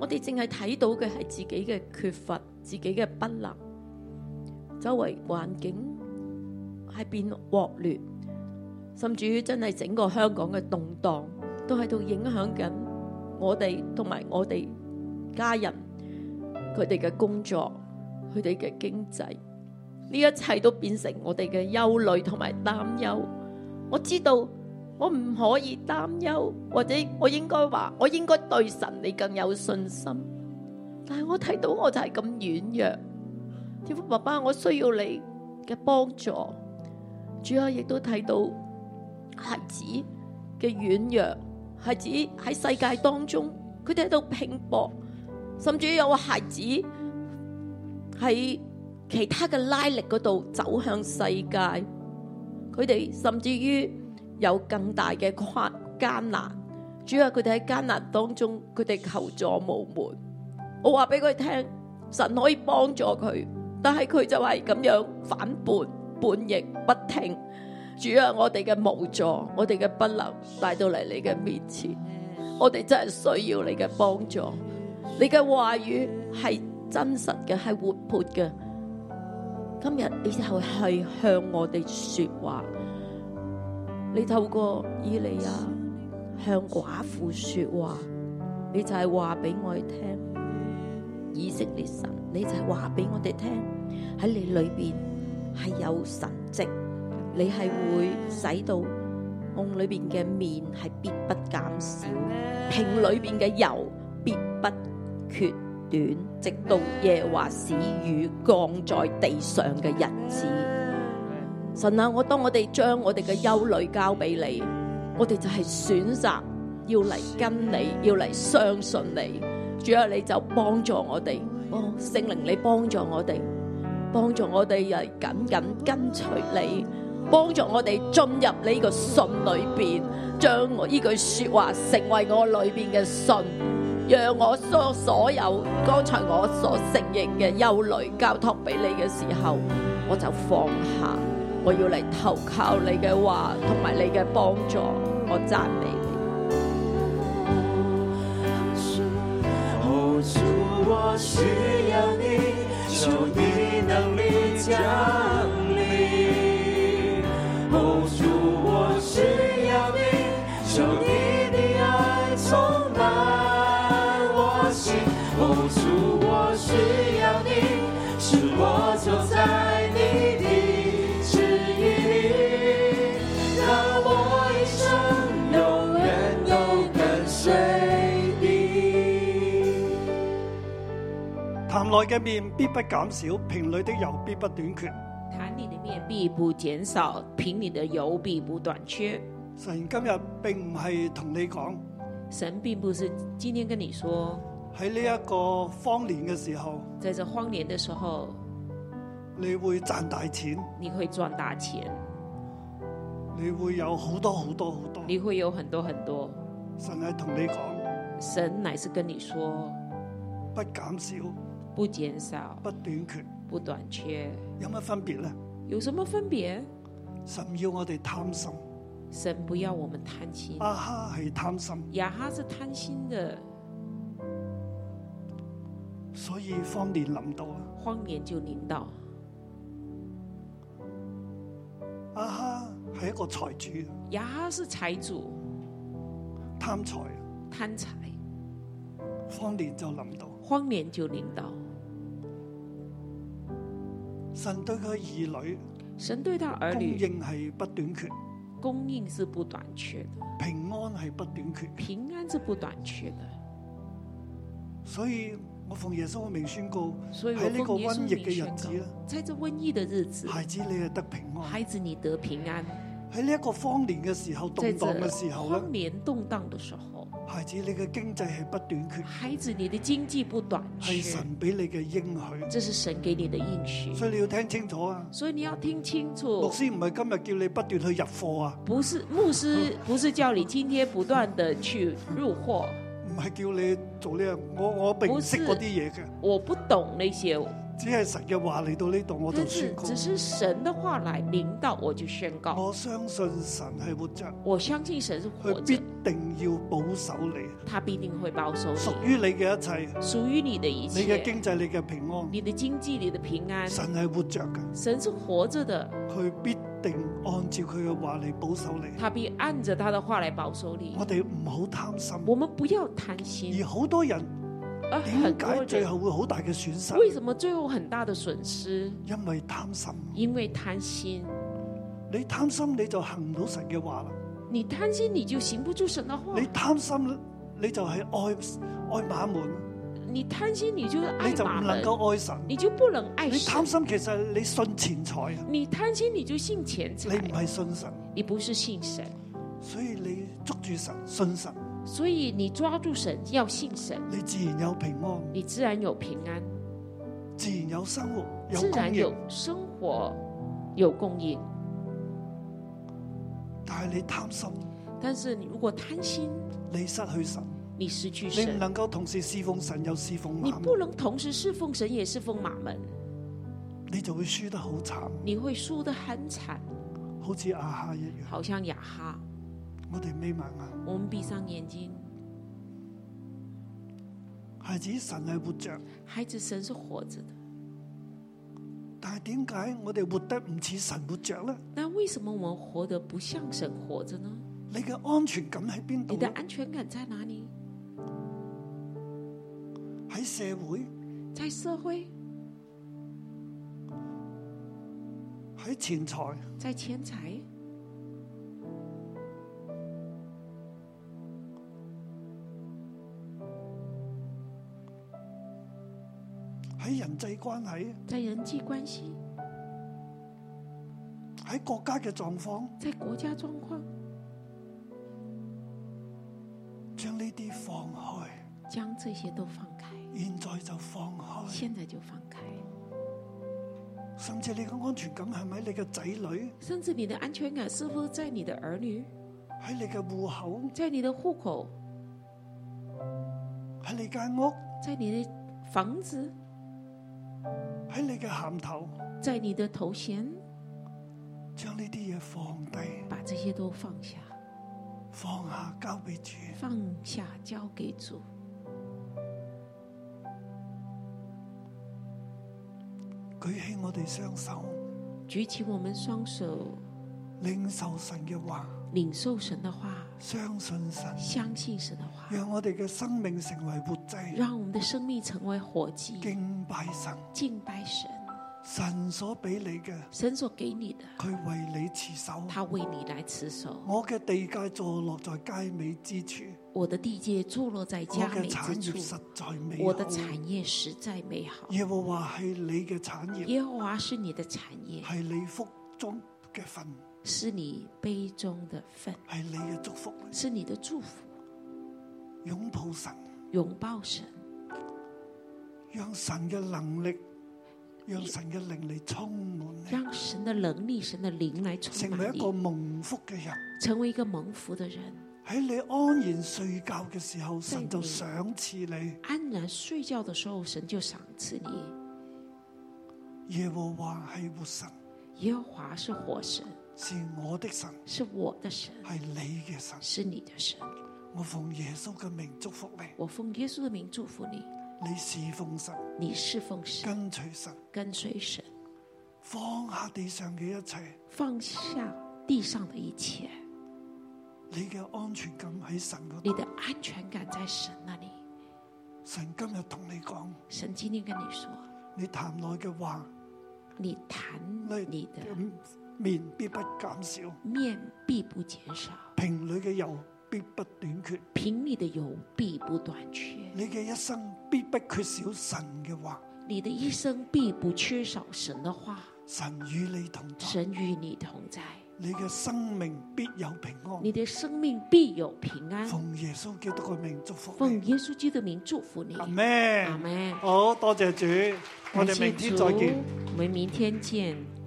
Speaker 6: 我哋淨係睇到嘅係自己嘅缺乏，自己嘅不能，周圍環境係變惡劣。甚至於真係整個香港嘅動盪，都喺度影響緊我哋同埋我哋家人佢哋嘅工作、佢哋嘅經濟，呢一切都變成我哋嘅憂慮同埋擔憂。我知道我唔可以擔憂，或者我應該話我應該對神你更有信心，但係我睇到我就係咁軟弱。天父爸爸，我需要你嘅幫助。主啊，亦都睇到孩子嘅軟弱，孩子喺世界當中，佢哋喺度拼搏，甚至有孩子喺其他嘅拉力嗰度走向世界，佢哋甚至於有更大嘅困艱難。主啊，佢哋喺艱難當中，佢哋求助無門。我話俾佢聽，神可以幫助佢，但係佢就係咁樣反叛、叛逆、不聽。主啊，我哋嘅無助，我哋嘅不能帶到嚟你嘅面前，我哋真係需要你嘅幫助。你嘅話語係真實嘅，係活潑嘅。今日你就係向我哋說話，你透過以利亞向寡婦說話，你就係話俾我哋聽，以色列神，你就係話俾我哋聽，喺你裏邊係有神跡。你係會使到甕裏邊嘅麵係必不減少，瓶裏邊嘅油必不缺短，直到耶和華使雨降在地上嘅日子。神啊，我當我哋將我哋嘅憂慮交俾你，我哋就係選擇要嚟跟你，要嚟相信你。主啊，你就幫助我哋，哦，聖靈你幫助我哋。幫助我哋嚟緊緊跟隨你，幫助我哋進入呢個信裏邊，將我呢句說話成為我裏邊嘅信，讓我所所有剛才我所承認嘅憂慮交託俾你嘅時候，我就放下，我要嚟投靠你嘅話同埋你嘅幫助，我讚美你。
Speaker 5: 哦，主，我需要你，求你能力降临。哦，主，我需要你，求你的爱充满我心。哦，主，我需要你，使我走在你的旨意里。让我一生永远都跟随你。
Speaker 2: 坛内嘅面必不減少，瓶裏的油必不短缺。
Speaker 3: 坛里的面必不减少，瓶里的油必不短缺。
Speaker 2: 神今日並唔係同你講
Speaker 3: 神并不是今天跟你说，
Speaker 2: 喺呢一個荒年嘅時候，
Speaker 3: 在这荒年的时候
Speaker 2: 你會賺大錢，
Speaker 3: 你会赚大钱，
Speaker 2: 你會有好多好多好多。
Speaker 3: 你会有很多很多。
Speaker 2: 神係同你講
Speaker 3: 神乃是跟你说，
Speaker 2: 不減少，
Speaker 3: 不减少，
Speaker 2: 不短缺，
Speaker 3: 不短缺，
Speaker 2: 有乜分別呢？
Speaker 3: 有什么分别？
Speaker 2: 神要我哋貪心，
Speaker 3: 神不要我们贪心，
Speaker 2: 阿哈係貪心，
Speaker 3: 雅哈是贪心的，
Speaker 2: 所以荒年臨到啊！
Speaker 3: 荒年就临到。
Speaker 2: 阿啊哈係一個財主，
Speaker 3: 雅哈是财主，
Speaker 2: 貪財，
Speaker 3: 贪财，
Speaker 2: 荒年就臨到。
Speaker 3: 荒年就临到。
Speaker 2: 神對佢兒女
Speaker 3: 神对他儿
Speaker 2: 供
Speaker 3: 女
Speaker 2: 應係不短缺，
Speaker 3: 供应是不短缺的，
Speaker 2: 平安係不短缺。
Speaker 3: 平安是不短缺的。
Speaker 2: 所以我奉耶穌嘅名宣告，
Speaker 3: 所以我
Speaker 2: 喺呢個
Speaker 3: 奉耶穌
Speaker 2: 瘟疫
Speaker 3: 名
Speaker 2: 嘅
Speaker 3: 宣
Speaker 2: 日子
Speaker 3: 告
Speaker 2: 咧，，
Speaker 3: 在这瘟疫的日子，
Speaker 2: 孩子你係得平安。
Speaker 3: 孩子你得平安。
Speaker 2: 喺呢一個荒年嘅時候、動
Speaker 3: 在
Speaker 2: 盪嘅
Speaker 3: 这
Speaker 2: 時候
Speaker 3: 荒
Speaker 2: 咧，
Speaker 3: 年动荡的时候，
Speaker 2: 孩子，你嘅經濟係不短缺，
Speaker 3: 孩子，你的经济不短
Speaker 2: 係
Speaker 3: 缺，
Speaker 2: 神俾你嘅應許，
Speaker 3: 这是神给你的应许，
Speaker 2: 所以你要聽清楚啊！
Speaker 3: 所以你要听清
Speaker 2: 牧
Speaker 3: 楚。
Speaker 2: 師唔係今日叫你不斷去入貨啊，
Speaker 3: 不是牧师，
Speaker 2: 嗯
Speaker 3: 不是叫你今天不断的去入货，
Speaker 2: 唔係叫你做呢樣，我我並唔識
Speaker 3: 牧師
Speaker 2: 嗰啲嘢嘅，
Speaker 3: 我不懂那些，
Speaker 2: 只係神嘅話嚟到呢度我就
Speaker 3: 但是
Speaker 2: 宣告哦
Speaker 3: 只，是神的话来领导，我就宣告，
Speaker 2: 我相信神係活着，
Speaker 3: 我相信神是活
Speaker 2: 佢必
Speaker 3: 着，
Speaker 2: 定要保守你，
Speaker 3: 他必定会保守
Speaker 2: 屬
Speaker 3: 你，
Speaker 2: 於你嘅一切，
Speaker 3: 属于你的一
Speaker 2: 你嘅
Speaker 3: 切，
Speaker 2: 經濟，你嘅平安，
Speaker 3: 你的经济，你的平安，
Speaker 2: 神係活着嘅，
Speaker 3: 神是活着的，
Speaker 2: 佢必定按照佢嘅話嚟保守你。
Speaker 3: 他必按着他的话来保守你
Speaker 2: 我。哋唔好貪心，
Speaker 3: 我们不要贪心
Speaker 2: 而，好多人
Speaker 3: 而很
Speaker 2: 點
Speaker 3: 多
Speaker 2: 解最
Speaker 3: 人
Speaker 2: 後會好大嘅損失？
Speaker 3: 为什么最后很大的损失？
Speaker 2: 因為貪心，
Speaker 3: 因为贪心，
Speaker 2: 你貪心你就行唔到神嘅話啦。
Speaker 3: 你贪心你就行不住神的话
Speaker 2: 你，貪心你就係愛愛馬門，
Speaker 3: 你贪心你就是爱
Speaker 2: 你就唔
Speaker 3: 马
Speaker 2: 能
Speaker 3: 人，
Speaker 2: 夠愛神。
Speaker 3: 你就不能爱
Speaker 2: 你貪
Speaker 3: 神。
Speaker 2: 心其實係你信錢財啊，
Speaker 3: 你贪心你就信钱
Speaker 2: 你唔
Speaker 3: 财，
Speaker 2: 係信神，
Speaker 3: 你不是信神，
Speaker 2: 所以你捉住神信神，
Speaker 3: 所以你抓住神要信神，
Speaker 2: 你自然有平安，
Speaker 3: 你自然有平安，
Speaker 2: 自然有生活，有
Speaker 3: 自
Speaker 2: 供
Speaker 3: 然有
Speaker 2: 應。
Speaker 3: 生活，有供应。
Speaker 2: 但係你貪心，
Speaker 3: 但是你如果贪心，
Speaker 2: 你失去神，
Speaker 3: 你失去
Speaker 2: 你唔
Speaker 3: 神，
Speaker 2: 能夠同時侍奉神又侍奉
Speaker 3: 你
Speaker 2: 馬
Speaker 3: 不
Speaker 2: 門，
Speaker 3: 能同時侍奉神也侍奉马门，
Speaker 2: 你就會輸得好慘，
Speaker 3: 你會輸得很慘，
Speaker 2: 好似亞哈一樣。
Speaker 3: 好像雅哈。
Speaker 2: 我哋眯埋眼，
Speaker 3: 我们闭上眼睛，
Speaker 2: 孩子神係活着。
Speaker 3: 孩子，神是活着的。
Speaker 2: 但系點解我哋活得唔似神活着呢？
Speaker 3: 那为什么我们活得不像神活着呢？
Speaker 2: 你嘅安全感喺邊度
Speaker 3: 你的
Speaker 2: 呢？
Speaker 3: 安全感在哪里？
Speaker 2: 喺社會、
Speaker 3: 在社会，
Speaker 2: 喺錢財，
Speaker 3: 在钱财，
Speaker 2: 喺人際關係，
Speaker 3: 在人际关系，
Speaker 2: 喺國家嘅狀況，
Speaker 3: 在国家状况，
Speaker 2: 將呢啲放開。
Speaker 3: 将这些都放开。
Speaker 2: 現在就放開，
Speaker 3: 现在就放开，
Speaker 2: 甚至你嘅安全感係咪你嘅仔女？
Speaker 3: 甚至你的安全感是否在你的儿女，
Speaker 2: 喺你嘅户口，
Speaker 3: 在你的户口，
Speaker 2: 喺你間屋，
Speaker 3: 在你的房子，
Speaker 2: 喺你嘅銜頭，
Speaker 3: 在你的头衔，
Speaker 2: 將呢啲嘢放低，
Speaker 3: 把这些都放下，
Speaker 2: 放下交俾主。
Speaker 3: 放下交给主。
Speaker 2: 舉起我哋雙手，
Speaker 3: 举起我们双手，
Speaker 2: 領受神嘅話，
Speaker 3: 领受神的话，
Speaker 2: 相信神，
Speaker 3: 相信神的话，
Speaker 2: 讓我哋嘅生命成為活祭，
Speaker 3: 让我们的生命成为活祭，
Speaker 2: 敬拜神。
Speaker 3: 敬拜神。
Speaker 2: 神所俾你嘅，
Speaker 3: 神所给你的，
Speaker 2: 佢為你持守。
Speaker 3: 他为你来持守。
Speaker 2: 我嘅地界坐落在佳美之處，
Speaker 3: 我的地界坐落在
Speaker 2: 我
Speaker 3: 佳
Speaker 2: 嘅
Speaker 3: 美
Speaker 2: 產
Speaker 3: 之
Speaker 2: 業
Speaker 3: 处
Speaker 2: 實，在美
Speaker 3: 我的
Speaker 2: 好。
Speaker 3: 产业实在美好。
Speaker 2: 耶和華係你嘅產業，
Speaker 3: 耶和华是你的产业，
Speaker 2: 係你福中嘅份，
Speaker 3: 是你杯中的份，
Speaker 2: 係你嘅祝福。
Speaker 3: 是你的祝福。
Speaker 2: 擁抱神，
Speaker 3: 拥抱神，
Speaker 2: 讓神嘅能力，讓神嘅靈嚟充滿你，
Speaker 3: 让神的能力、神的灵来充
Speaker 2: 成為
Speaker 3: 满
Speaker 2: 一個
Speaker 3: 你，
Speaker 2: 蒙福嘅人。
Speaker 3: 成为一个蒙福的人。
Speaker 2: 喺你安然睡覺嘅時候，
Speaker 3: 在
Speaker 2: 神就
Speaker 3: 你
Speaker 2: 賞賜
Speaker 3: 安然睡觉的时候，神就赏赐你。
Speaker 2: 你。耶和華係活神，
Speaker 3: 耶和华是活神，
Speaker 2: 是我的神，
Speaker 3: 是我的神，
Speaker 2: 係你嘅神。
Speaker 3: 是你的神。
Speaker 2: 我奉耶穌嘅名祝福你，
Speaker 3: 我奉耶稣的名祝福你，
Speaker 2: 你侍奉神，
Speaker 3: 你侍奉神，
Speaker 2: 跟隨神，
Speaker 3: 跟随神。
Speaker 2: 放下地上嘅一切，
Speaker 3: 放下地上的一切，
Speaker 2: 你嘅安全感喺神嗰
Speaker 3: 你
Speaker 2: 度。
Speaker 3: 的安全感在神那里。
Speaker 2: 神今日同你講，
Speaker 3: 神今天跟你说，
Speaker 2: 你談內嘅話，
Speaker 3: 你谈
Speaker 2: 你
Speaker 3: 你的
Speaker 2: 嘅面必不減少，
Speaker 3: 面必不减少，
Speaker 2: 瓶裏嘅油必不短缺，
Speaker 3: 瓶里的油必不短缺，
Speaker 2: 你嘅一生必不缺少神嘅話。
Speaker 3: 你的一生必不缺少神的话。
Speaker 2: 神與你同在，
Speaker 3: 神与你同在，
Speaker 2: 你嘅生命必有平安。
Speaker 3: 你的生命必有平安。
Speaker 2: 奉耶穌基督嘅名祝福
Speaker 3: 奉
Speaker 2: 你。
Speaker 3: 耶穌基督的名祝福你。
Speaker 2: 阿
Speaker 3: 阿
Speaker 2: 咩？
Speaker 3: 门。
Speaker 2: 好多謝主，我
Speaker 3: 感
Speaker 2: 哋
Speaker 3: 谢
Speaker 2: 明天再見
Speaker 3: 主。我们明天见。